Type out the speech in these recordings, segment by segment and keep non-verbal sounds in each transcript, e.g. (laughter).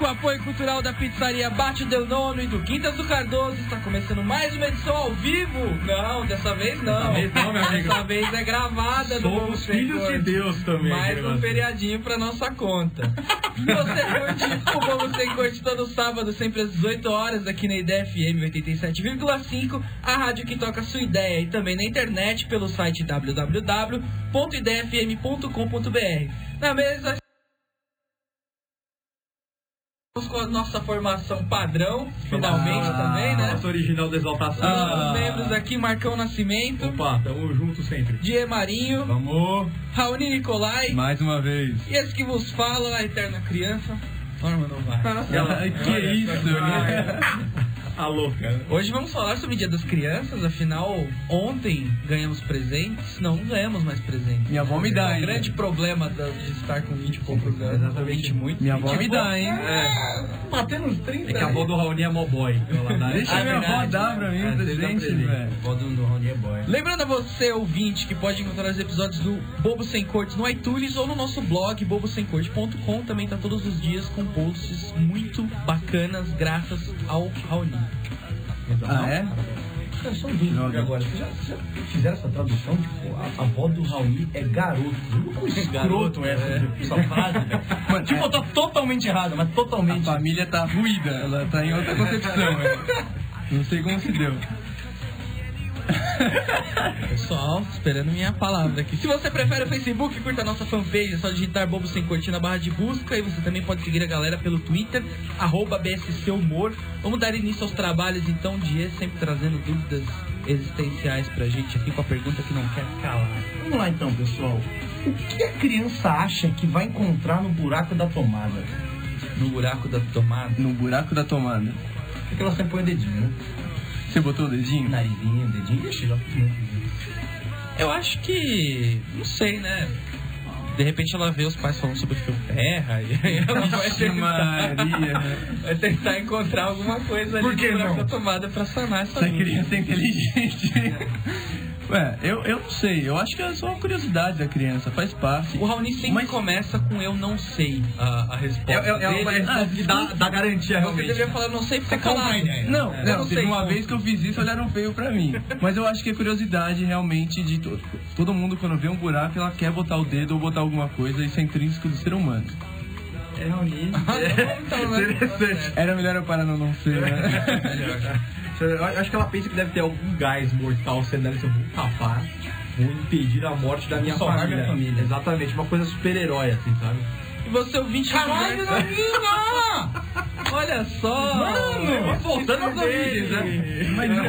um apoio cultural da pizzaria Bate Del Nono e do Quintas do Cardoso, está começando mais uma edição ao vivo. Não, dessa vez não. Dessa vez não, meu amigo. Dessa vez é gravada do Bom Somos filhos de Records. Deus também. Mais aquele um negócio. feriadinho pra nossa conta. Você é curte o Bom Você Curte todo sábado, sempre às 18 horas, aqui na Ideia FM 87,5, a rádio que toca a sua ideia, e também na internet pelo site www.idefm.com.br. Na mesa. Vamos com a nossa formação padrão, finalmente Ah, também, né? Nosso original da exaltação. Ah, Os membros aqui, Marcão Nascimento, Opa, tamo junto sempre. Die Marinho, Vamos, Raoni Nicolai. mais uma vez. E esse que vos fala, a eterna criança, Norma Novaes. que isso, né? A louca. Hoje vamos falar sobre o Dia das Crianças, afinal, ontem ganhamos presentes, não, não ganhamos mais presentes. Minha avó me É dá, um hein? grande problema da- de estar com 20 e poucos anos, Exatamente. 20 muito. É. Minha avó 20 e me dá, hein? poucos, Batendo uns 30. É que a avó do Raoni é mó boy. Ela dá- Deixa Ah, minha avó verdade, dar né? pra mim Ah, você um dá presente, velho. A avó do, do Raoni é boy. Lembrando a você, ouvinte, que pode encontrar os episódios do Bobo Sem Cortes no iTunes ou no nosso blog, bobosemcorte.com. Também tá todos os dias com posts muito bacanas, graças ao Raoni. Ah, é? Então, Cara, só um vídeo Droga. agora. Vocês já, já fizeram essa tradução? Tipo, a, a avó do Raoni é garoto. Como é. escroto essa, essa frase, velho. Mano, Tipo, tá totalmente errado, mas a totalmente. família tá ruída, ela tá em outra concepção, velho. Não sei como se deu. (laughs) Pessoal, esperando minha palavra aqui. Se você prefere o Facebook, curta a nossa fanpage. É só digitar Bobo Sem Corte na barra de busca. E você também pode seguir a galera pelo Twitter, arroba BSC Humor. Vamos dar início aos trabalhos, então, de hoje, sempre trazendo dúvidas existenciais pra gente aqui com a pergunta que não quer calar. Vamos lá então, pessoal. O que a criança acha que vai encontrar no buraco da tomada? No buraco da tomada. No buraco da tomada. Porque ela sempre põe o dedinho, né? Você botou o dedinho? Narizinho, dedinho. Ixi, já fiz muito dedinho. Eu acho que. Não sei, né? De repente ela vê os pais falando sobre o filme Terra e aí ela vai Vixe tentar, Maria. (laughs) vai tentar encontrar alguma coisa ali Por que no buraco não? da tomada pra sanar essa Essa dúvida. criança é inteligente. (laughs) Ué, eu, eu não sei. Eu acho que é só uma curiosidade da criança. Faz parte. O Raoni sempre Mas- começa com eu não sei a, a resposta. É, é, é dele. Ah, uma resposta que dá, dá garantia, né? Você realmente. deveria falar, não sei, fica calado. Não, É. Eu não, não teve sei uma como. vez que eu fiz isso, olharam feio pra mim. Mas eu acho que é curiosidade realmente de todo, todo mundo quando vê um buraco, ela quer botar o dedo ou botar alguma coisa, isso é intrínseco do ser humano. É Raoni. (laughs) Então, né? Interessante. Era melhor eu parar no não ser, né? (laughs) então, Eu acho que ela pensa que deve ter algum gás mortal, você deve ser vou tapar, um vou impedir a morte da minha salvar família. minha família. Exatamente, uma coisa super-herói, assim, sabe? E você ouvinte do Caralho, Buraco- Raminha! Olha só! Mano, Ah, voltando aos ouvintes, né? Mas (laughs) não.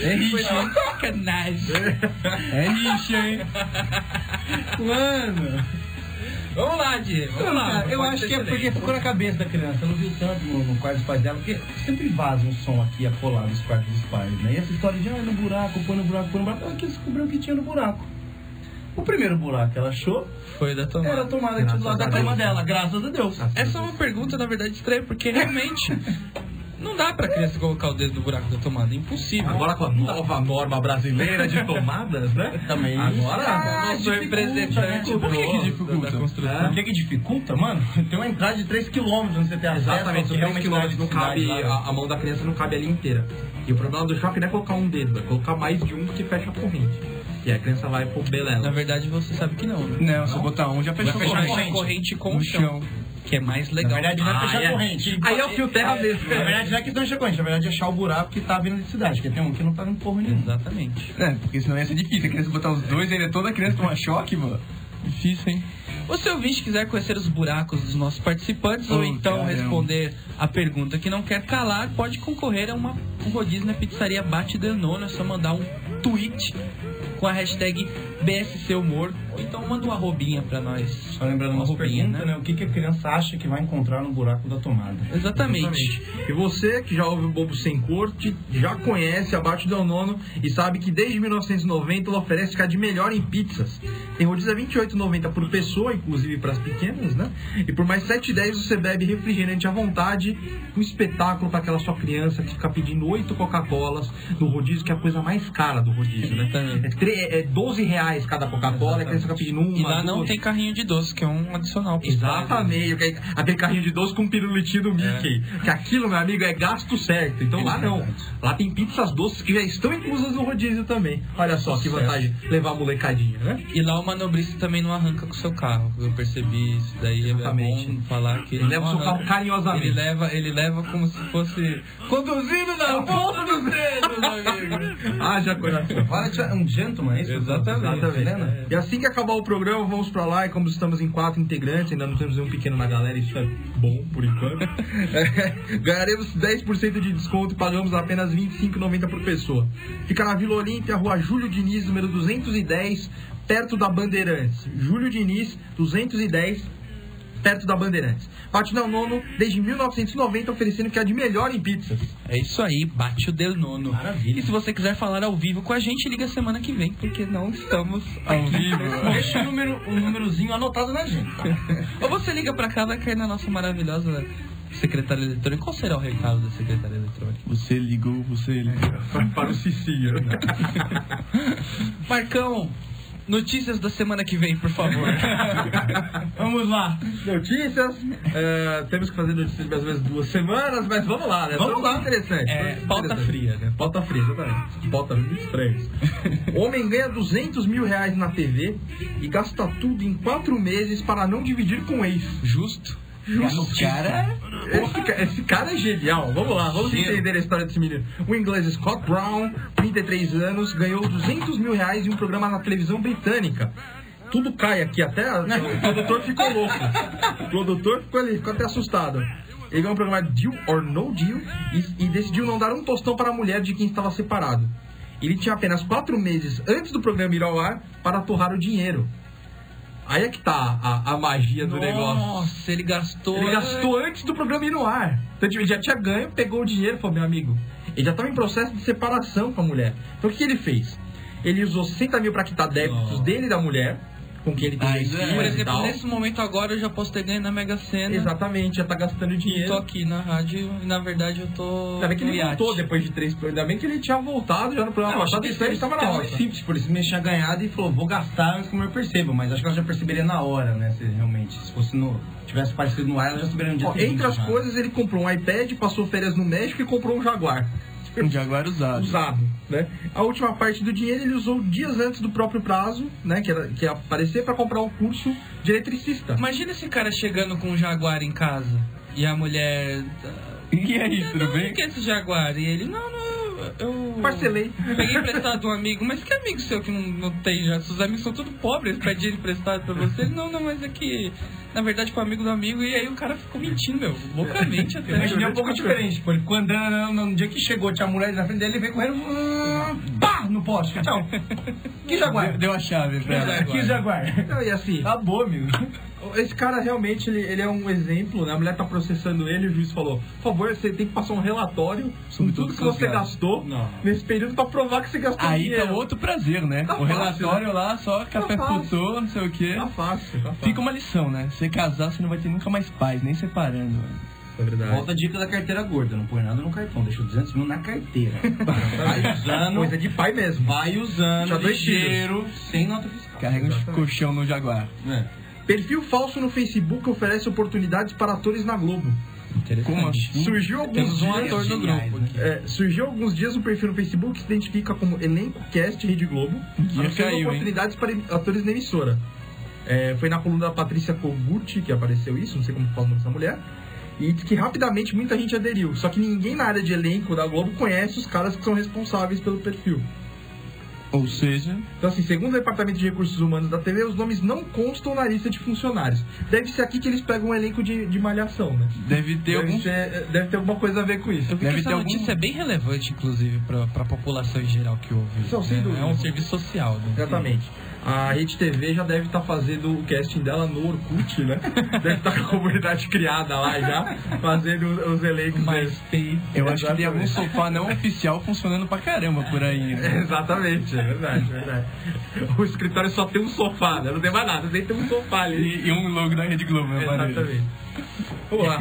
É Foi lixo, hein? uma sacanagem. É lixo, hein? Mano. Vamos lá, Diego. Vamos lá. eu Pode acho ser que é excelente. porque ficou na cabeça da criança. Ela ouviu tanto no, no quarto dos pais dela, porque sempre vaza um som aqui a colar nos quartos dos pais, né? E essa história de, ah, no buraco, põe no buraco, põe no buraco. Ela que descobriu que tinha no buraco. O primeiro buraco que ela achou Foi era da a tomada. tomada que tinha do lado da Graças a cama Deus. dela, graças a Deus. Essa é uma pergunta, na verdade, estranha, porque realmente não dá pra criança colocar o dedo no buraco da tomada. É impossível. Agora com a nova norma brasileira de tomadas, né? Também. Agora, Ah, nosso dificulta, é representante É. né? Por que que do- dificulta? da construção. Por que que dificulta, mano? (laughs) Tem uma entrada de 3km onde você tem acesso. Exatamente, você é realmente tem quilômetros não é cidade cabe, lá, né? a, a mão da criança não cabe ali inteira. E o problema do choque não é colocar um dedo, é colocar mais de um porque fecha a corrente. E a criança vai pro Na belela. verdade, você sabe que não. né? Não, se eu botar um já Vai fechou. fechar o com a corrente com o No chão. chão. Que é mais legal. Na verdade, não é fechar Ah, é. a corrente. Aí é o fio terra mesmo. Na verdade, não é questão de fechar a corrente. Na verdade, é achar o buraco que tá vindo de cidade. Porque tem um que não tá vindo porra nenhuma. Exatamente. É, porque senão ia ser difícil. A criança botar os dois, ainda é toda criança toma choque, mano. Difícil, hein? Você ouvinte quiser conhecer os buracos dos nossos participantes ou Oh, então caramba. responder a pergunta que não quer calar, pode concorrer a uma, um rodízio na pizzaria Bate Danone. É só mandar um tweet com a hashtag BSC Humor. Ou então manda uma robinha pra nós. Só lembrando uma nossa pergunta, né? O que, que a criança acha que vai encontrar no buraco da tomada? Exatamente. E você que já ouve o Bobo Sem Corte, já conhece a Bate Del Nono e sabe que desde 1990 ela oferece o que há de melhor em pizzas. Tem rodízio a 28,90 por pessoa, inclusive para as pequenas, né? E por mais 7,10 você bebe refrigerante à vontade, um espetáculo para aquela sua criança que fica pedindo oito Coca-Colas no rodízio, que é a coisa mais cara do rodízio, né? Exatamente. É tre- é 12 reais cada Coca-Cola, a criança fica pedindo uma. E lá não duas. tem carrinho de doce, que é um adicional. pros pais, né? Exatamente, aquele- aquele carrinho de doce com pirulitinho do Mickey. Que aquilo, meu amigo, é gasto certo. Então lá não. Lá tem pizzas doces que já estão inclusas no rodízio também. Olha só que vantagem levar a molecadinha, né? E lá o manobrista também não arranca com o seu carro. Eu percebi isso daí. Exatamente. É bom falar que Ele leva o não seu carro arranca. carinhosamente. Ele leva, ele leva como se fosse conduzindo na ponta dos dedos, amigo. Haja coração. Fala de um gentleman, é isso? Exatamente. Helena? É. E assim que acabar o programa, vamos pra lá. E como estamos em quatro integrantes, ainda não temos nenhum pequeno na galera, isso é bom por (laughs) enquanto. É, ganharemos 10% de desconto e pagamos apenas R$ 25,90 por pessoa. Fica na Vila Olímpia, rua Júlio Diniz, número 210, perto da Bandeirantes. Júlio Diniz, 210, perto da Bandeirantes. Batidão Nono, desde 1990, oferecendo o que há de melhor em pizzas. É isso aí, bate o del nono. Maravilha. E se você quiser falar ao vivo com a gente, liga semana que vem, porque não estamos ao vivo. Deixa o, número, o um númerozinho anotado na gente. Ou você liga pra cá, vai cair na nossa maravilhosa secretária eletrônica. Qual será o recado da secretária eletrônica? Você ligou, você ligou. Para o Cicinho. Marcão, notícias da semana que vem, por favor. (laughs) Vamos lá. Notícias. eh, temos que fazer notícias mais ou menos duas semanas, mas vamos lá, né? Vamos lá. Interessante. É, Vamos- pauta interessante. fria, né? Pauta fria, exatamente. Pauta estranha. (laughs) Homem ganha 200 mil reais na TV e gasta tudo em quatro meses para não dividir com ex. Justo. Justiça. Esse, ca- esse cara é genial. Vamos lá, vamos entender a história desse menino. O inglês Scott Brown, 33 anos, ganhou 200 mil reais em um programa na televisão britânica. Tudo cai aqui, até a- o produtor ficou louco. O produtor ficou, ele ficou até assustado. Ele ganhou um programa Deal or No Deal e, e decidiu não dar um tostão para a mulher de quem estava separado. Ele tinha apenas quatro meses antes do programa ir ao ar para torrar o dinheiro. Aí é que tá a- a magia do negócio. Nossa, ele gastou. Ele gastou antes do programa ir no ar. Então tipo, ele já tinha ganho, pegou o dinheiro e falou, meu amigo. Ele já estava em processo de separação com a mulher. Então o que que ele fez? Ele usou 60 mil para quitar débitos dele e da mulher, com quem ele tem dois filhos é, Por e exemplo, tal. nesse né? momento agora eu já posso ter ganho na Mega Sena. Exatamente, já tá gastando dinheiro. Tô aqui na rádio e na verdade eu tô. Ainda bem que no ele iate. voltou depois de três Ainda bem que ele tinha voltado já no programa passado, então ele estava na Então, é roça. simples, por isso mexer ganhado e falou, vou gastar antes que eu perceba, mas acho que ela já perceberia na hora, né? Se realmente, se fosse no. Tivesse partido no ar, ela já saberia no dia Ó, seguinte entre as né? já. coisas, ele comprou um iPad, passou férias no México e comprou um Jaguar. Um jaguar usado. usado, né? A última parte do dinheiro ele usou dias antes do próprio prazo, né? Que, era, que ia aparecer para comprar um curso de eletricista. Imagina esse cara chegando com um jaguar em casa e a mulher. (laughs) E aí, "Ah, tudo não, bem? que é esse jaguar? E ele, não, não, eu. Parcelei. Peguei emprestado de um amigo, mas que amigo seu que não, não tem já? Seus amigos são tudo pobres, pede dinheiro emprestado pra você. Ele, não, não, mas é que. Na verdade, pro amigo do amigo, e aí o cara ficou mentindo, meu, loucamente (laughs) até. Eu é imaginei um pouco diferente, tipo, ele ficou andando, andando, andando, no dia que chegou, tinha a mulher na frente dele, ele veio correndo, hum, pá, no poste, (laughs) tchau. Que jaguar? Deu a chave pra ela. Que jaguar? Não, E assim, Acabou, meu. esse cara realmente ele, ele é um exemplo, né? A mulher tá processando ele, o juiz falou: por favor, você tem que passar um relatório sobre tudo que você gastou Não. nesse período para provar que você gastou Aí dinheiro. tá outro prazer, né? Tá o relatório fácil, lá, só café fácil. putou, não sei o quê. Tá fácil, tá fácil. Fica uma lição, né? Se casar, você não vai ter nunca mais paz, nem separando. mano. É verdade. Volta a dica da carteira gorda, não põe nada no cartão, deixa 200 mil na carteira. Vai Coisa usando, de pai mesmo. vai usando, Já dois tiros. ligeiro, sem nota fiscal. Carrega um colchão no jaguar. É. Perfil falso no Facebook oferece oportunidades para atores na Globo. Como assim? Surgiu alguns Temos um dias- ator no Geniais, grupo né? aqui. É, surgiu há alguns dias um perfil no Facebook que se identifica como Elenco Cast Rede Globo, oferecendo caiu, hein? oportunidades para atores na emissora. É, foi na coluna da Patrícia Kogut que apareceu isso, não sei como fala o nome dessa mulher. E diz que rapidamente muita gente aderiu. Só que ninguém na área de elenco da Globo conhece os caras que são responsáveis pelo perfil. Ou seja, Então, assim, segundo o Departamento de Recursos Humanos da TV, os nomes não constam na lista de funcionários. Deve ser aqui que eles pegam um elenco de, de malhação, né? deve ter Deve, algum. ser- eh, deve ter alguma coisa a ver com isso. Deve Essa ter algum. notícia é bem relevante, inclusive, pra, pra população em geral que ouve. Não, sem né? dúvida. É um serviço social, né? Exatamente. A Rede TV já deve estar fazendo o casting dela no Orkut, (laughs) né? Deve estar com a comunidade criada lá já, fazendo os elencos deles. Eu acho que tem algum Exatamente. sofá não oficial funcionando pra caramba por (laughs) aí. né? Exatamente, é verdade, é verdade. O escritório só tem um sofá, né? Não tem mais nada, nem tem um sofá ali. E, e um logo da Rede Globo, né? Exatamente. Exatamente. Vamos (laughs) lá.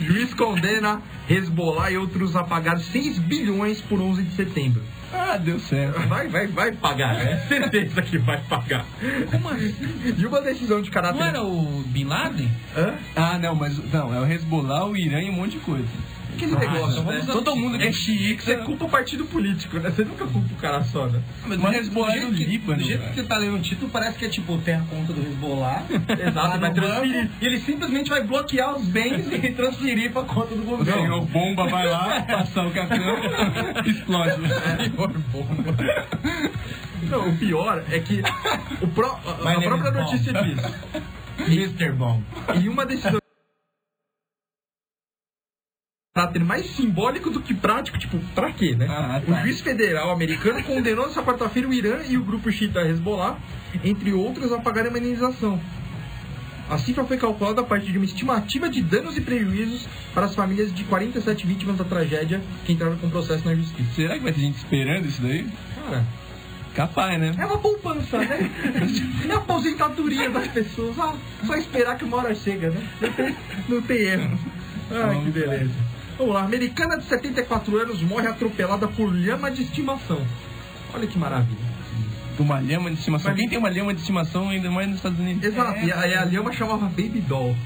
Juiz condena Hezbollah e outros a pagar 6 bilhões por 11 de setembro. Ah, deu certo. Vai, vai, vai pagar. É (laughs) certeza que vai pagar. Como assim? E uma decisão de caráter. Não era o Bin Laden? Hã? Ah, não, mas não, é o Hezbollah, o Irã e um monte de coisa. Aquele negócio, então né? vamos- Todo mundo que é xiita. Você culpa o partido político, né? Você nunca culpa o cara só, né? Mas o Hezbollah é do Líbano. Do jeito que cara. você tá lendo o título, parece que é tipo, tem a conta do (laughs) Hezbollah. Exato, lá vai no transferir. banco, E ele simplesmente vai bloquear os bens e transferir pra conta do O governo. senhor bomba vai lá, (laughs) passar o cartão, explode. Não, o pior é que o pró- a- a name própria is Paul. notícia diz. Mr. Bomb. E uma decisão caráter mais simbólico do que prático, tipo, pra quê, né? Ah, O tá. juiz federal americano condenou nessa quarta-feira o Irã e o grupo xiita Hezbollah, entre outros, a pagar uma indenização. A cifra foi calculada a partir de uma estimativa de danos e prejuízos para as famílias de 47 vítimas da tragédia que entraram com processo na justiça. Será que vai ter gente esperando isso daí? Cara, Capaz, né? é uma poupança, né? É a aposentadoria das pessoas. Ah, só esperar que uma hora chega, né? Não tem, não tem erro. Ai, que beleza. Vamos lá. Americana de 74 anos morre atropelada por lhama de estimação. Olha que maravilha. De Uma lhama de estimação. Mas- Quem tem uma lhama de estimação ainda mais nos Estados Unidos? Exato. e a, e a lhama chamava Baby Doll.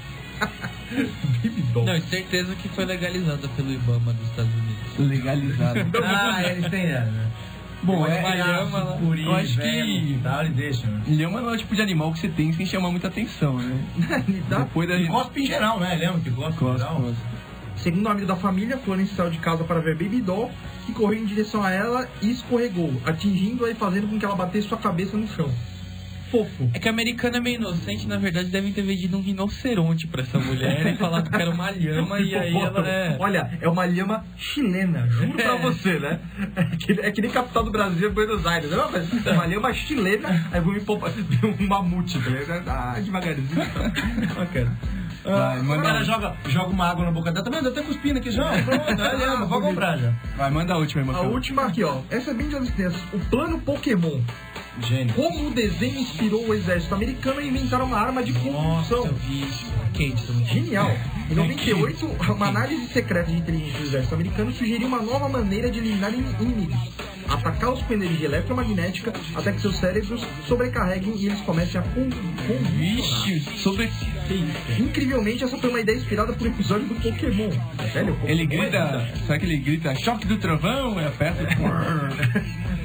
(laughs) Baby Doll. Não, certeza que foi legalizada pelo Ibama dos Estados Unidos. (laughs) Legalizado. Ah, é, eles têm ela. né? Tipo, Bom, Mas é, vai lhama lá. sucuri, Eu acho velho, que- e tal, e deixa, né? lhama não é o tipo de animal que você tem sem chamar muita atenção, né? E É, dá- Depois da E cospe em geral, né? Lembra que gosta em Gosto, geral? gosto. Segundo um amigo da família, Florence saiu de casa para ver Baby Doll, que correu em direção a ela e escorregou, atingindo-a e fazendo com que ela batesse sua cabeça no chão. Fofo. É que a americana é meio inocente, na verdade devem ter vendido um rinoceronte pra essa mulher e falado que era uma lhama e aí ela é. Olha, é uma lhama chilena, juro pra você, né? É que, é que nem capital do Brasil é Buenos Aires, não, mas é uma lhama chilena, aí vou me poupar um mamute, tá ligado? Ah, devagarzinho. Bacana. Vai, O cara manda, joga, joga uma água na boca dela. Tá vendo? Eu até cuspindo aqui já. Pronto, é lembra. Vou comprar já. vai, manda a última, irmão. A última aqui, ó. Essa é bem de assistência. O plano Pokémon. Gênio. Como o desenho inspirou o exército americano a inventar uma arma de Nossa, eu condução. vi isso. Kate, tô muito- Hum, Genial! Em 98, uma análise secreta de inteligência do exército americano sugeriu uma nova maneira de eliminar in- inimigos. Atacá-los com energia eletromagnética até que seus cérebros sobrecarreguem e eles comecem a con- convulsionar. Vixe, sobre... Incrivelmente, essa foi uma ideia inspirada por um episódio do Pokémon. Velho, o Pokémon Ele é grita, será que ele grita choque do trovão? É aperta.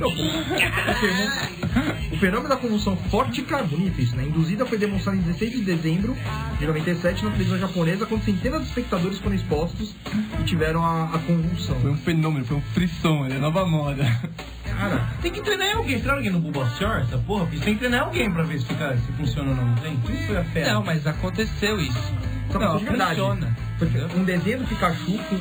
Não, o Pokémon- O fenômeno da convulsão fórtica, bonito isso, né? Induzida foi demonstrado em 16 de dezembro de 97 na televisão japonesa, quando centenas de espectadores foram expostos e tiveram a, a convulsão. Foi um fenômeno, foi um frisson, é a nova moda. Cara, Tem que treinar alguém. Treinaram alguém no Bulbasaur, essa porra? Porque tem que treinar alguém pra ver se, fica, se funciona ou não. Tem? um Quem foi a fera? Não, mas aconteceu isso. só que Não, de verdade. funciona. Foi um desenho do Pikachu com-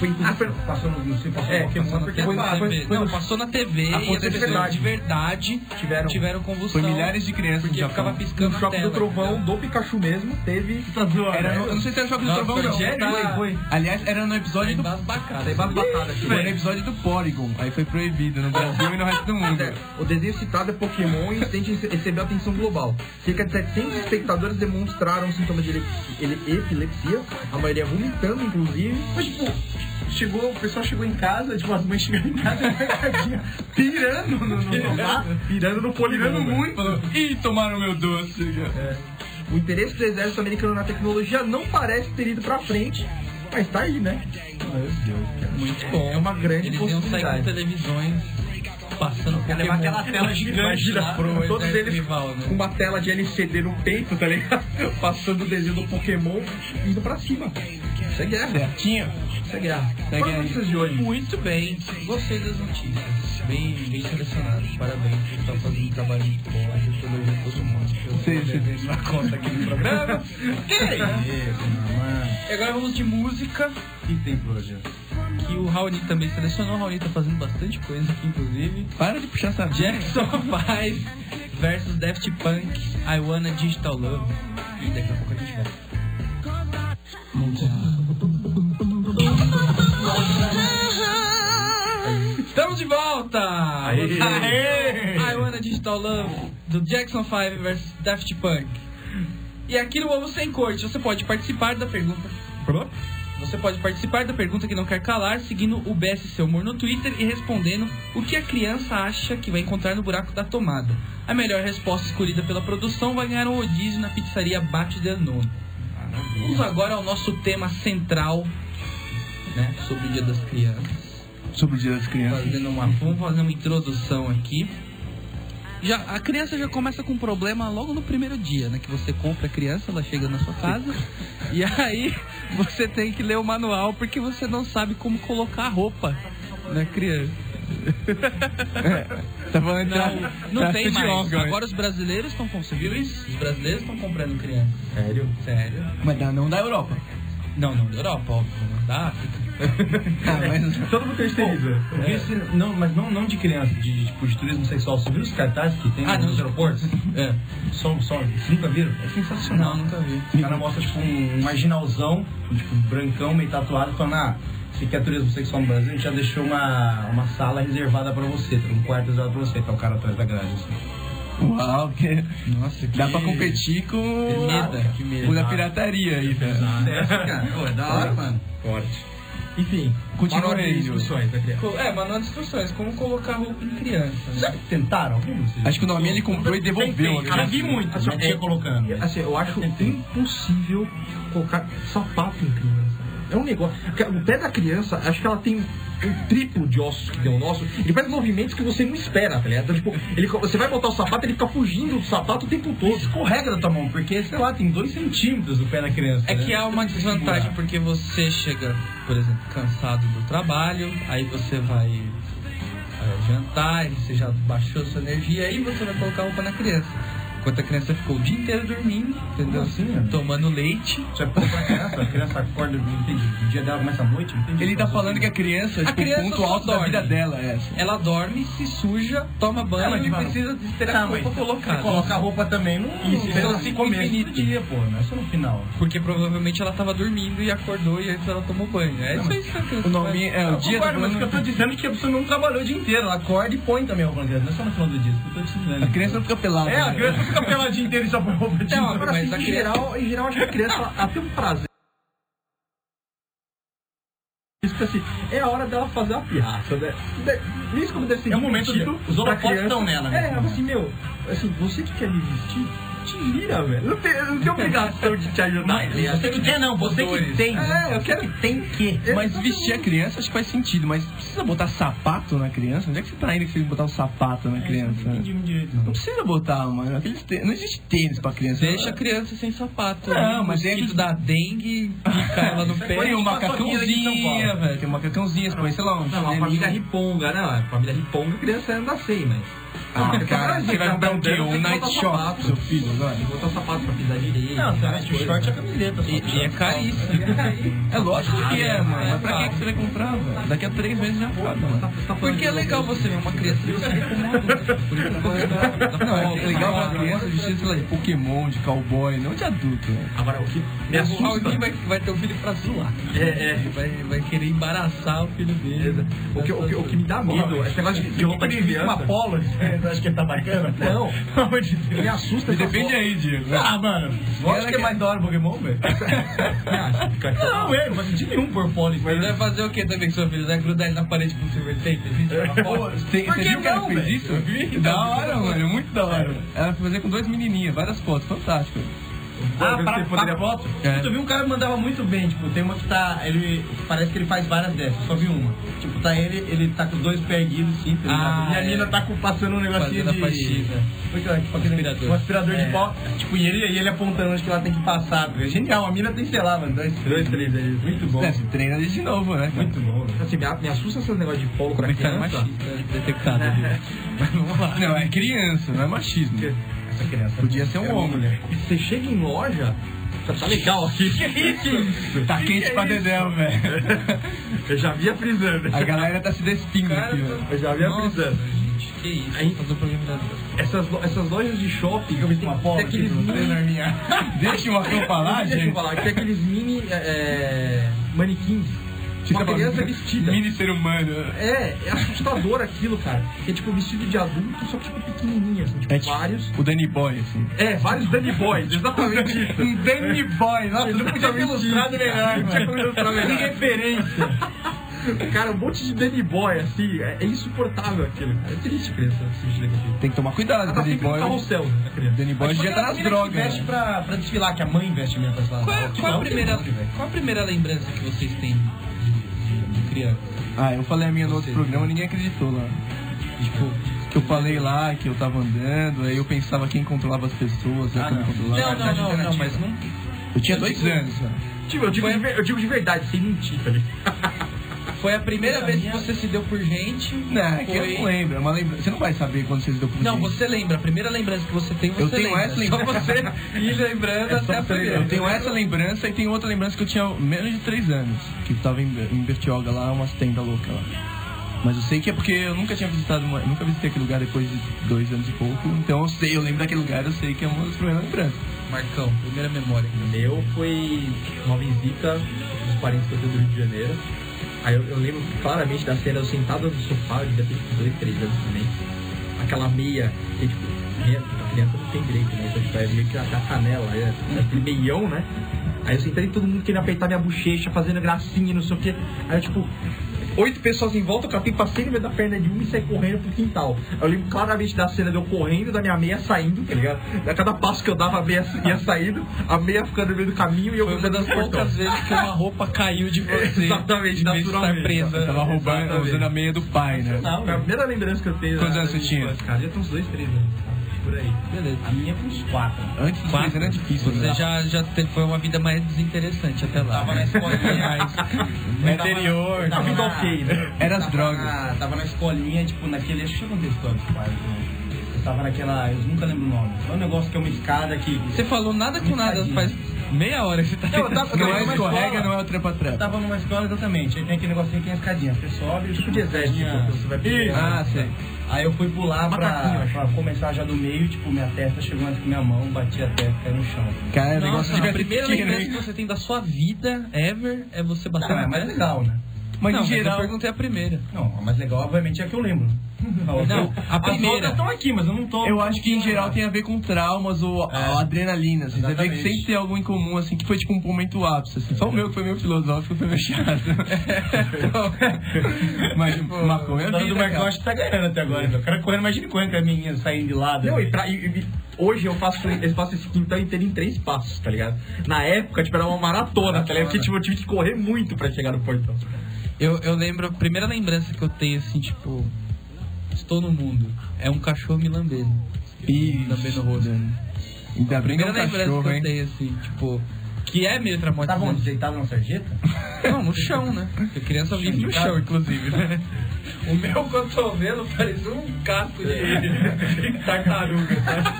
foi inclusive. foi- Passou no... Não sei, passou É, no Pokémon. Passou na Porque TV. passa, foi- foi- não, passou na TV e as Aconteceu de pessoas de verdade Tiveram- tiveram, convulsão. Foi milhares de crianças Porque no ficava Japão. o piscando a choque do tela, trovão entendeu? do Pikachu mesmo teve. Era no- Tá né? eu não sei se era choque do Nossa, É trovão, não. foi Jedi. né? Foi, foi. Aliás, era no Foi episódio do. embasbacado. Tem batata aqui. Foi no episódio do Porygon. Aí foi proibido no Brasil e no resto do (laughs) mundo. Sério, O desenho citado é Pokémon e tende a receber atenção global. Cerca de 700 espectadores demonstraram sintomas de elep- ele- epilepsia, a maioria vomitando, (laughs) inclusive. Mas, tipo, chegou, o pessoal chegou em casa, tipo, as mães chegaram em casa e tadinha, pirando no, no, no mato. Pirando no né? Tirando poligano muito. Falou, Ih, tomaram meu doce. É. O interesse do exército americano na tecnologia não parece ter ido pra frente, mas tá aí, né? Muito bom. É uma grande Eles Eles iam sair possibilidade. com televisões passando Pokémon. levar aquela (laughs) tela gigante Imagina lá. pro Todos exército eles rival, né? com uma tela de LCD no peito, tá ligado? (laughs) Passando o desenho do Pokémon e indo pra cima. Isso é guerra, Certinho. isso é guerra. é Quais guerra. notícias de hoje? Muito bem, gostei das notícias. Bem, bem selecionado, parabéns. Você tá fazendo um trabalho muito bom. Eu estou elogiando todo mundo. Eu tô Sim, sim. devendo uma conta aqui no (laughs) programa. e agora vamos de música, que tem pro hoje? que o Raoni também selecionou. O Raoni tá fazendo bastante coisa aqui, inclusive. Para de puxar essa Jackson (laughs) 5 versus Daft Punk, I Wanna Digital Love. E daqui a pouco a gente vai. Estamos de volta! Você- I Wanna Digital Love do Jackson 5 versus Daft Punk. E aqui no Ovo Sem Corte você pode participar da pergunta. Você pode participar da pergunta que não quer calar, seguindo o BS Seu Humor no Twitter e respondendo o que a criança acha que vai encontrar no buraco da tomada. A melhor resposta escolhida pela produção vai ganhar um rodízio na pizzaria Bate Del Nono. Vamos agora ao nosso tema central, né, sobre o Dia das Crianças Sobre o Dia das Crianças. fazendo uma, vamos fazer uma introdução aqui. Já, a criança já começa com um problema logo no primeiro dia, né? Que você compra a criança, ela chega na sua casa e aí você tem que ler o manual porque você não sabe como colocar a roupa na criança. Tá falando de tra- Não, não tráfico tem de mais. órgãos. Agora os brasileiros estão conseguindo isso? Os brasileiros estão comprando criança. Sério? Sério? Mas dá- não da Europa. Não, não, da Europa, óbvio, não da África. Ah, mas... Todo mundo terceiriza. Eu é. vi esse- não, mas não, não de criança, de, de, tipo, de turismo sexual. Você viu os cartazes que tem Ah, nos não. aeroportos? É. Só, só, vocês nunca viram? É sensacional. Não, nunca vi. O cara mostra, tipo, um marginalzão, tipo, brancão, meio tatuado, falando, ah, você quer turismo sexual no Brasil? A gente já deixou uma, uma sala reservada pra você, tem um quarto reservado pra você, tá o cara atrás da grade, assim. Uau, que... Nossa, que... Dá pra competir com... Medo, que medo. Com da pirataria aí, né? velho. Sucesso, Cara, pô, é da hora, mano. Forte. Enfim, Continua paródia de aí, discussões da criança. Co- É, manual de instruções, como colocar roupa em criança. né? Sabe que tentaram? Algum de vocês? Acho que o nome ele comprou e devolveu. a Cara, criança. vi muito. A sua tia colocando. Assim, eu acho impossível colocar sapato em criança. É um negócio. O pé da criança, acho que ela tem um triplo de ossos que tem o nosso. Ele faz movimentos que você não espera, tá ligado? Então, tipo, ele, você vai botar o sapato, ele fica fugindo do sapato o tempo todo. Escorrega da tua mão, porque, sei lá, tem dois centímetros do pé da criança. É né? que há uma desvantagem, porque você chega, por exemplo, cansado do trabalho, aí você vai é, jantar, e você já baixou sua energia, aí você vai colocar a roupa na criança. Enquanto a criança ficou o dia inteiro dormindo, Como entendeu? assim, né? mano? Tomando leite. Você vai colocar a criança, a criança acorda, não entendi. O dia dela começa à noite, não entendi. Ele tá falando que a criança, tipo, criança o ponto só alto da dorme. vida dela é essa. Ela dorme, se suja, toma banho mas, e mano, precisa de ter a Tá, mas roupa colocada. Você coloca a roupa também no, Isso, isso é um no ciclo começo infinito. do dia, pô, não é só no final. Porque provavelmente ela tava dormindo e acordou e antes ela tomou banho. É isso aí que a criança faz. O nome é o dia Agora, do mas o que eu tô dizendo é que a pessoa não trabalhou o dia inteiro. Ela acorda e põe também a roupa na criança. Não é só no final do dia, isso que eu tô te dizendo. A criança não fica pelada. É, a né? criança fica pela o dia inteiro e só põe roupa o dia Não, inteiro. Agora, Mas assim, a em, criança- geral, em geral, acho que a criança ela, ela tem um prazer. Isso, assim, é a hora dela fazer a pirraça, né? De- Isso como deve ser É o momento divertido de- os holofotes tipo, pra criança. estão nela, né? É, ela fala assim, meu, assim, você que quer me vestir, te vira, velho. Não tem, não tem obrigação de te ajudar. Você que quer não, você que tem. É, eu quero- Você que tem que. Mas vestir a criança acho que faz sentido, mas precisa botar sapato na criança? Onde é que você tá indo que você tem que botar o sapato na criança? Não Não entendi direito, não. precisa botar, mano. Aqueles tê- Não existe tênis pra criança. Deixa a criança sem sapato. né? Não, O mas mosquito eles- da dengue, (laughs) pica ela no pé. Põe aqui um em São macacãozinha, Paulo. velho. Tem um macacãozinho, você põe, sei lá, Não, um a chinelinho. família riponga, né? A família riponga, a criança ainda sei, mas... tá Ah, cara, você vai comprar um quê? Tem Um que botar night shop tá sapato. pro seu filho agora? Tem que botar o sapato pra pisar direito. Não, você várias veste o coisas. short e a camiseta. só. E, e é caríssimo. É lógico que é, mano. Mas pra claro. que que você vai comprar, velho? Daqui a três meses já acaba, mano. Porque é legal você ver uma criança vestida como um adulto. Por isso que eu tô falando. Não, é legal pra criança vestir, sei lá, de Pokémon, de cowboy, não de adulto, velho. Agora, o que me O assusta... Raulzinho vai, vai ter um filho pra zoar. É, é. Ele vai, vai querer embaraçar o filho dele. O que, o, que, o que me dá medo é esse negócio de, de roupa de Uma criança. polo, você acha que tá bacana? pô? Não. (laughs) Pelo amor de Deus. Me assusta. Me essa defende aí, Diego. Ah, mano, lógico que é mais da hora Pokémon, (laughs) velho. Não, é, não faz sentido nenhum pôr polo em Ele cima. vai fazer o que também com seu filho? Vai grudar ele na parede com silver tape? Assim, É. (laughs) tirar foto? Você Por que viu que ela não, fez velho? isso? Da hora, mano. Muito da hora. Ela foi fazer com dois menininhos, várias fotos. Fantástico. Ah, Você pra, poderia- pra foto. É. Tu viu um cara que mandava muito bem, tipo, tem uma que tá. Ele. Parece que ele faz várias dessas, só vi uma. Tipo, tá ele, ele tá com os dois pés erguidos, sim, tá Ah, ligado? E a é. mina tá com, passando um negocinho Fazendo a de. faxina. Como é que é? Tipo, aquele- Aspirador. Um aspirador É. de pó. Tipo, e ele, e ele apontando onde que ela tem que passar. É genial, a mina tem, sei lá, mano, dois, dois, três aí. Muito bom. assim, É, você treina ali de novo, né? cara? Muito bom, Tipo velho. Assim, me, me assusta esse negócio de polo pra Comentário é criança. machista né? detectado. (laughs) ali. Mas vamos lá. Não, é criança, não é machismo. Essa criança. Podia ser É um uma homem. mulher. Você chega em loja, tá, tá legal assim. aqui. Tá quente pra dedéu, velho. Eu já via frisando. A galera tá se despindo Cara, aqui, velho. (laughs) Eu já via Nossa, frisando. gente, que isso. Aí- Fazer um programa da Essas, lo- essas lojas de shopping, que tem, Uma tem bola aqueles aqui pra mini... Deixa o Marcão falar, Deixa eu gente. falar, tem aqueles mini é, é, manequins. Uma criança vestida. Mini ser humano. É, é assustador aquilo, cara. Que é tipo vestido de adulto, só que tipo pequenininha, assim, tipo É tipo- vários. O Danny Boy, assim. É, vários Danny Boys, exatamente isso. Um Danny Boy, nossa, Ele podia ter ilustrado melhor, podia ter ilustrado melhor. referência. Cara, um monte de Danny Boy, assim, é, é insuportável aquilo, cara. É triste a criança assistir aquilo. Tem que tomar Ela cuidado, tá Danny sempre no Boy. carrossel, a criança. Danny Boy já tá nas drogas. né? Veste pra, pra desfilar, que a mãe veste mesmo pra desfilar. Qual, é, Não, qual, a não tem primeira, look, velho. qual é a primeira lembrança que vocês têm de, de criança? Ah, eu falei a minha no outro programa, ninguém acreditou lá. Tipo, que eu falei lá, que eu tava andando, aí eu pensava quem controlava as pessoas, eu que me controlava. Ah, não, não, não, mas não. Eu tinha dois anos, mano. Tipo, eu digo, de, ver- eu digo de verdade, sem mentir, tá ligado? Foi a primeira vez que você se deu por gente? Não, é que Foi- eu não lembro, é uma lembrança. Você não vai saber quando vocês deu pro Não, gente. você lembra. A primeira lembrança que você tem, você Eu tenho lembra. essa Só lembrança. você ir lembrando até a primeira. É Eu tenho essa lembrança e tem outra lembrança que eu tinha menos de 3 anos, que tava em, em Bertioga lá, umas tendas loucas lá. Mas eu sei que é porque eu nunca tinha visitado, uma- nunca visitei aquele lugar depois de dois anos e pouco, então eu sei, eu lembro daquele lugar, eu sei que é um uma das primeiras lembranças. Marcão, primeira memória. O meu foi uma visita dos parentes que eu tenho do Rio de Janeiro. Aí eu, eu lembro claramente da cena, eu sentado no sofá, eu devia ter tipo 2, 3 anos também. Aquela meia, que tipo, meia, a criança não tem direito, né? Então, tipo, é meio que da da canela, é, é aquele meião, né? Aí eu sentei e todo mundo querendo apertar minha bochecha, fazendo gracinha, não sei o quê. Aí eu, tipo, oito pessoas em volta, eu catei, passei no meio da perna de um e saí correndo pro quintal. Eu lembro claramente da cena de eu correndo, da minha meia saindo, tá ligado? A cada passo que eu dava, a meia ia saindo, a meia ficando no meio do caminho e eu Foi uma ficando das no portão. poucas vezes que uma roupa caiu de você. Exatamente, em vez de estar naturalmente. presa. Eu tava roubando, Exatamente. usando a meia do pai, né? Tá. Não, Foi a primeira lembrança que eu tenho. Quantos da- anos você da tinha? infância, Cara, já tem uns dois, três anos. cara, Por aí. Beleza. a minha é pros quatro. Antes dos Quatro. 3 anos era difícil, Você né? já, já teve, foi uma vida mais desinteressante até lá. Tava na (laughs) escolinha, Mas- É anterior, A Tava vida na- ok, né? era as tava drogas. na- tava na escolinha, tipo, naquele. Deixa eu contar a história dos pais. né? Eu tava naquela. Eu nunca lembro o nome. É um negócio que é uma escada que. Você falou nada com nada faz meia hora que você tá Eu tava- Não tava é numa escorrega, escola- não é o trepa-trepa. Tava numa escola exatamente. Aí tem aquele negocinho que tem a escadinha. Você sobe. Tipo de exército, quando você vai pro Isso. Ah, sei. Aí eu fui Tá pular Macaquinho, pra, acho. pra começar já do meio, tipo, minha testa chegou antes que minha mão, bati a testa, caiu no chão. Cara, É, o negócio Tá. Nossa, devia a ser primeira pequeno, lembrança hein? que você tem da sua vida, ever, é você bater Não, é na mais testa? legal, né? Mas não, em eu geral, perguntei a primeira. Não, a mais legal, obviamente, é a que eu lembro. Não, a primeira. estão aqui, mas eu não tô. Eu acho que em geral tem a ver com traumas ou É. a adrenalina. Assim, você vê que Exatamente. sempre tem algo em comum, assim, que foi tipo um momento ápice. Assim. Só o meu que foi meio filosófico, foi meio chato. Então, mas tipo, marcou O minha do vida, Marcão cara. acho que tá ganhando até agora. meu. O cara correndo, imagina correndo com a menina saindo de lado. Não, e, pra- e- e- hoje eu faço, eu faço esse quintal inteiro em três passos, tá ligado? Na época, tipo, era uma maratona, tá ligado? Porque tipo, eu tive que correr muito pra chegar no portão. (laughs) Eu, eu lembro, a primeira lembrança que eu tenho, assim, tipo... Estou no mundo. É um cachorro me lambendo. Ih, Também no rosto. Ainda bem que é Primeira um lembrança cachorro, que eu hein? tenho, assim, tipo... Que é meio Tava onde? traumatizante. Deitado na sarjeta? Não, no chão, né? Porque criança vive no chão, inclusive, né? (laughs) O meu cotovelo parecia um casco de, (laughs) de tartaruga, sabe?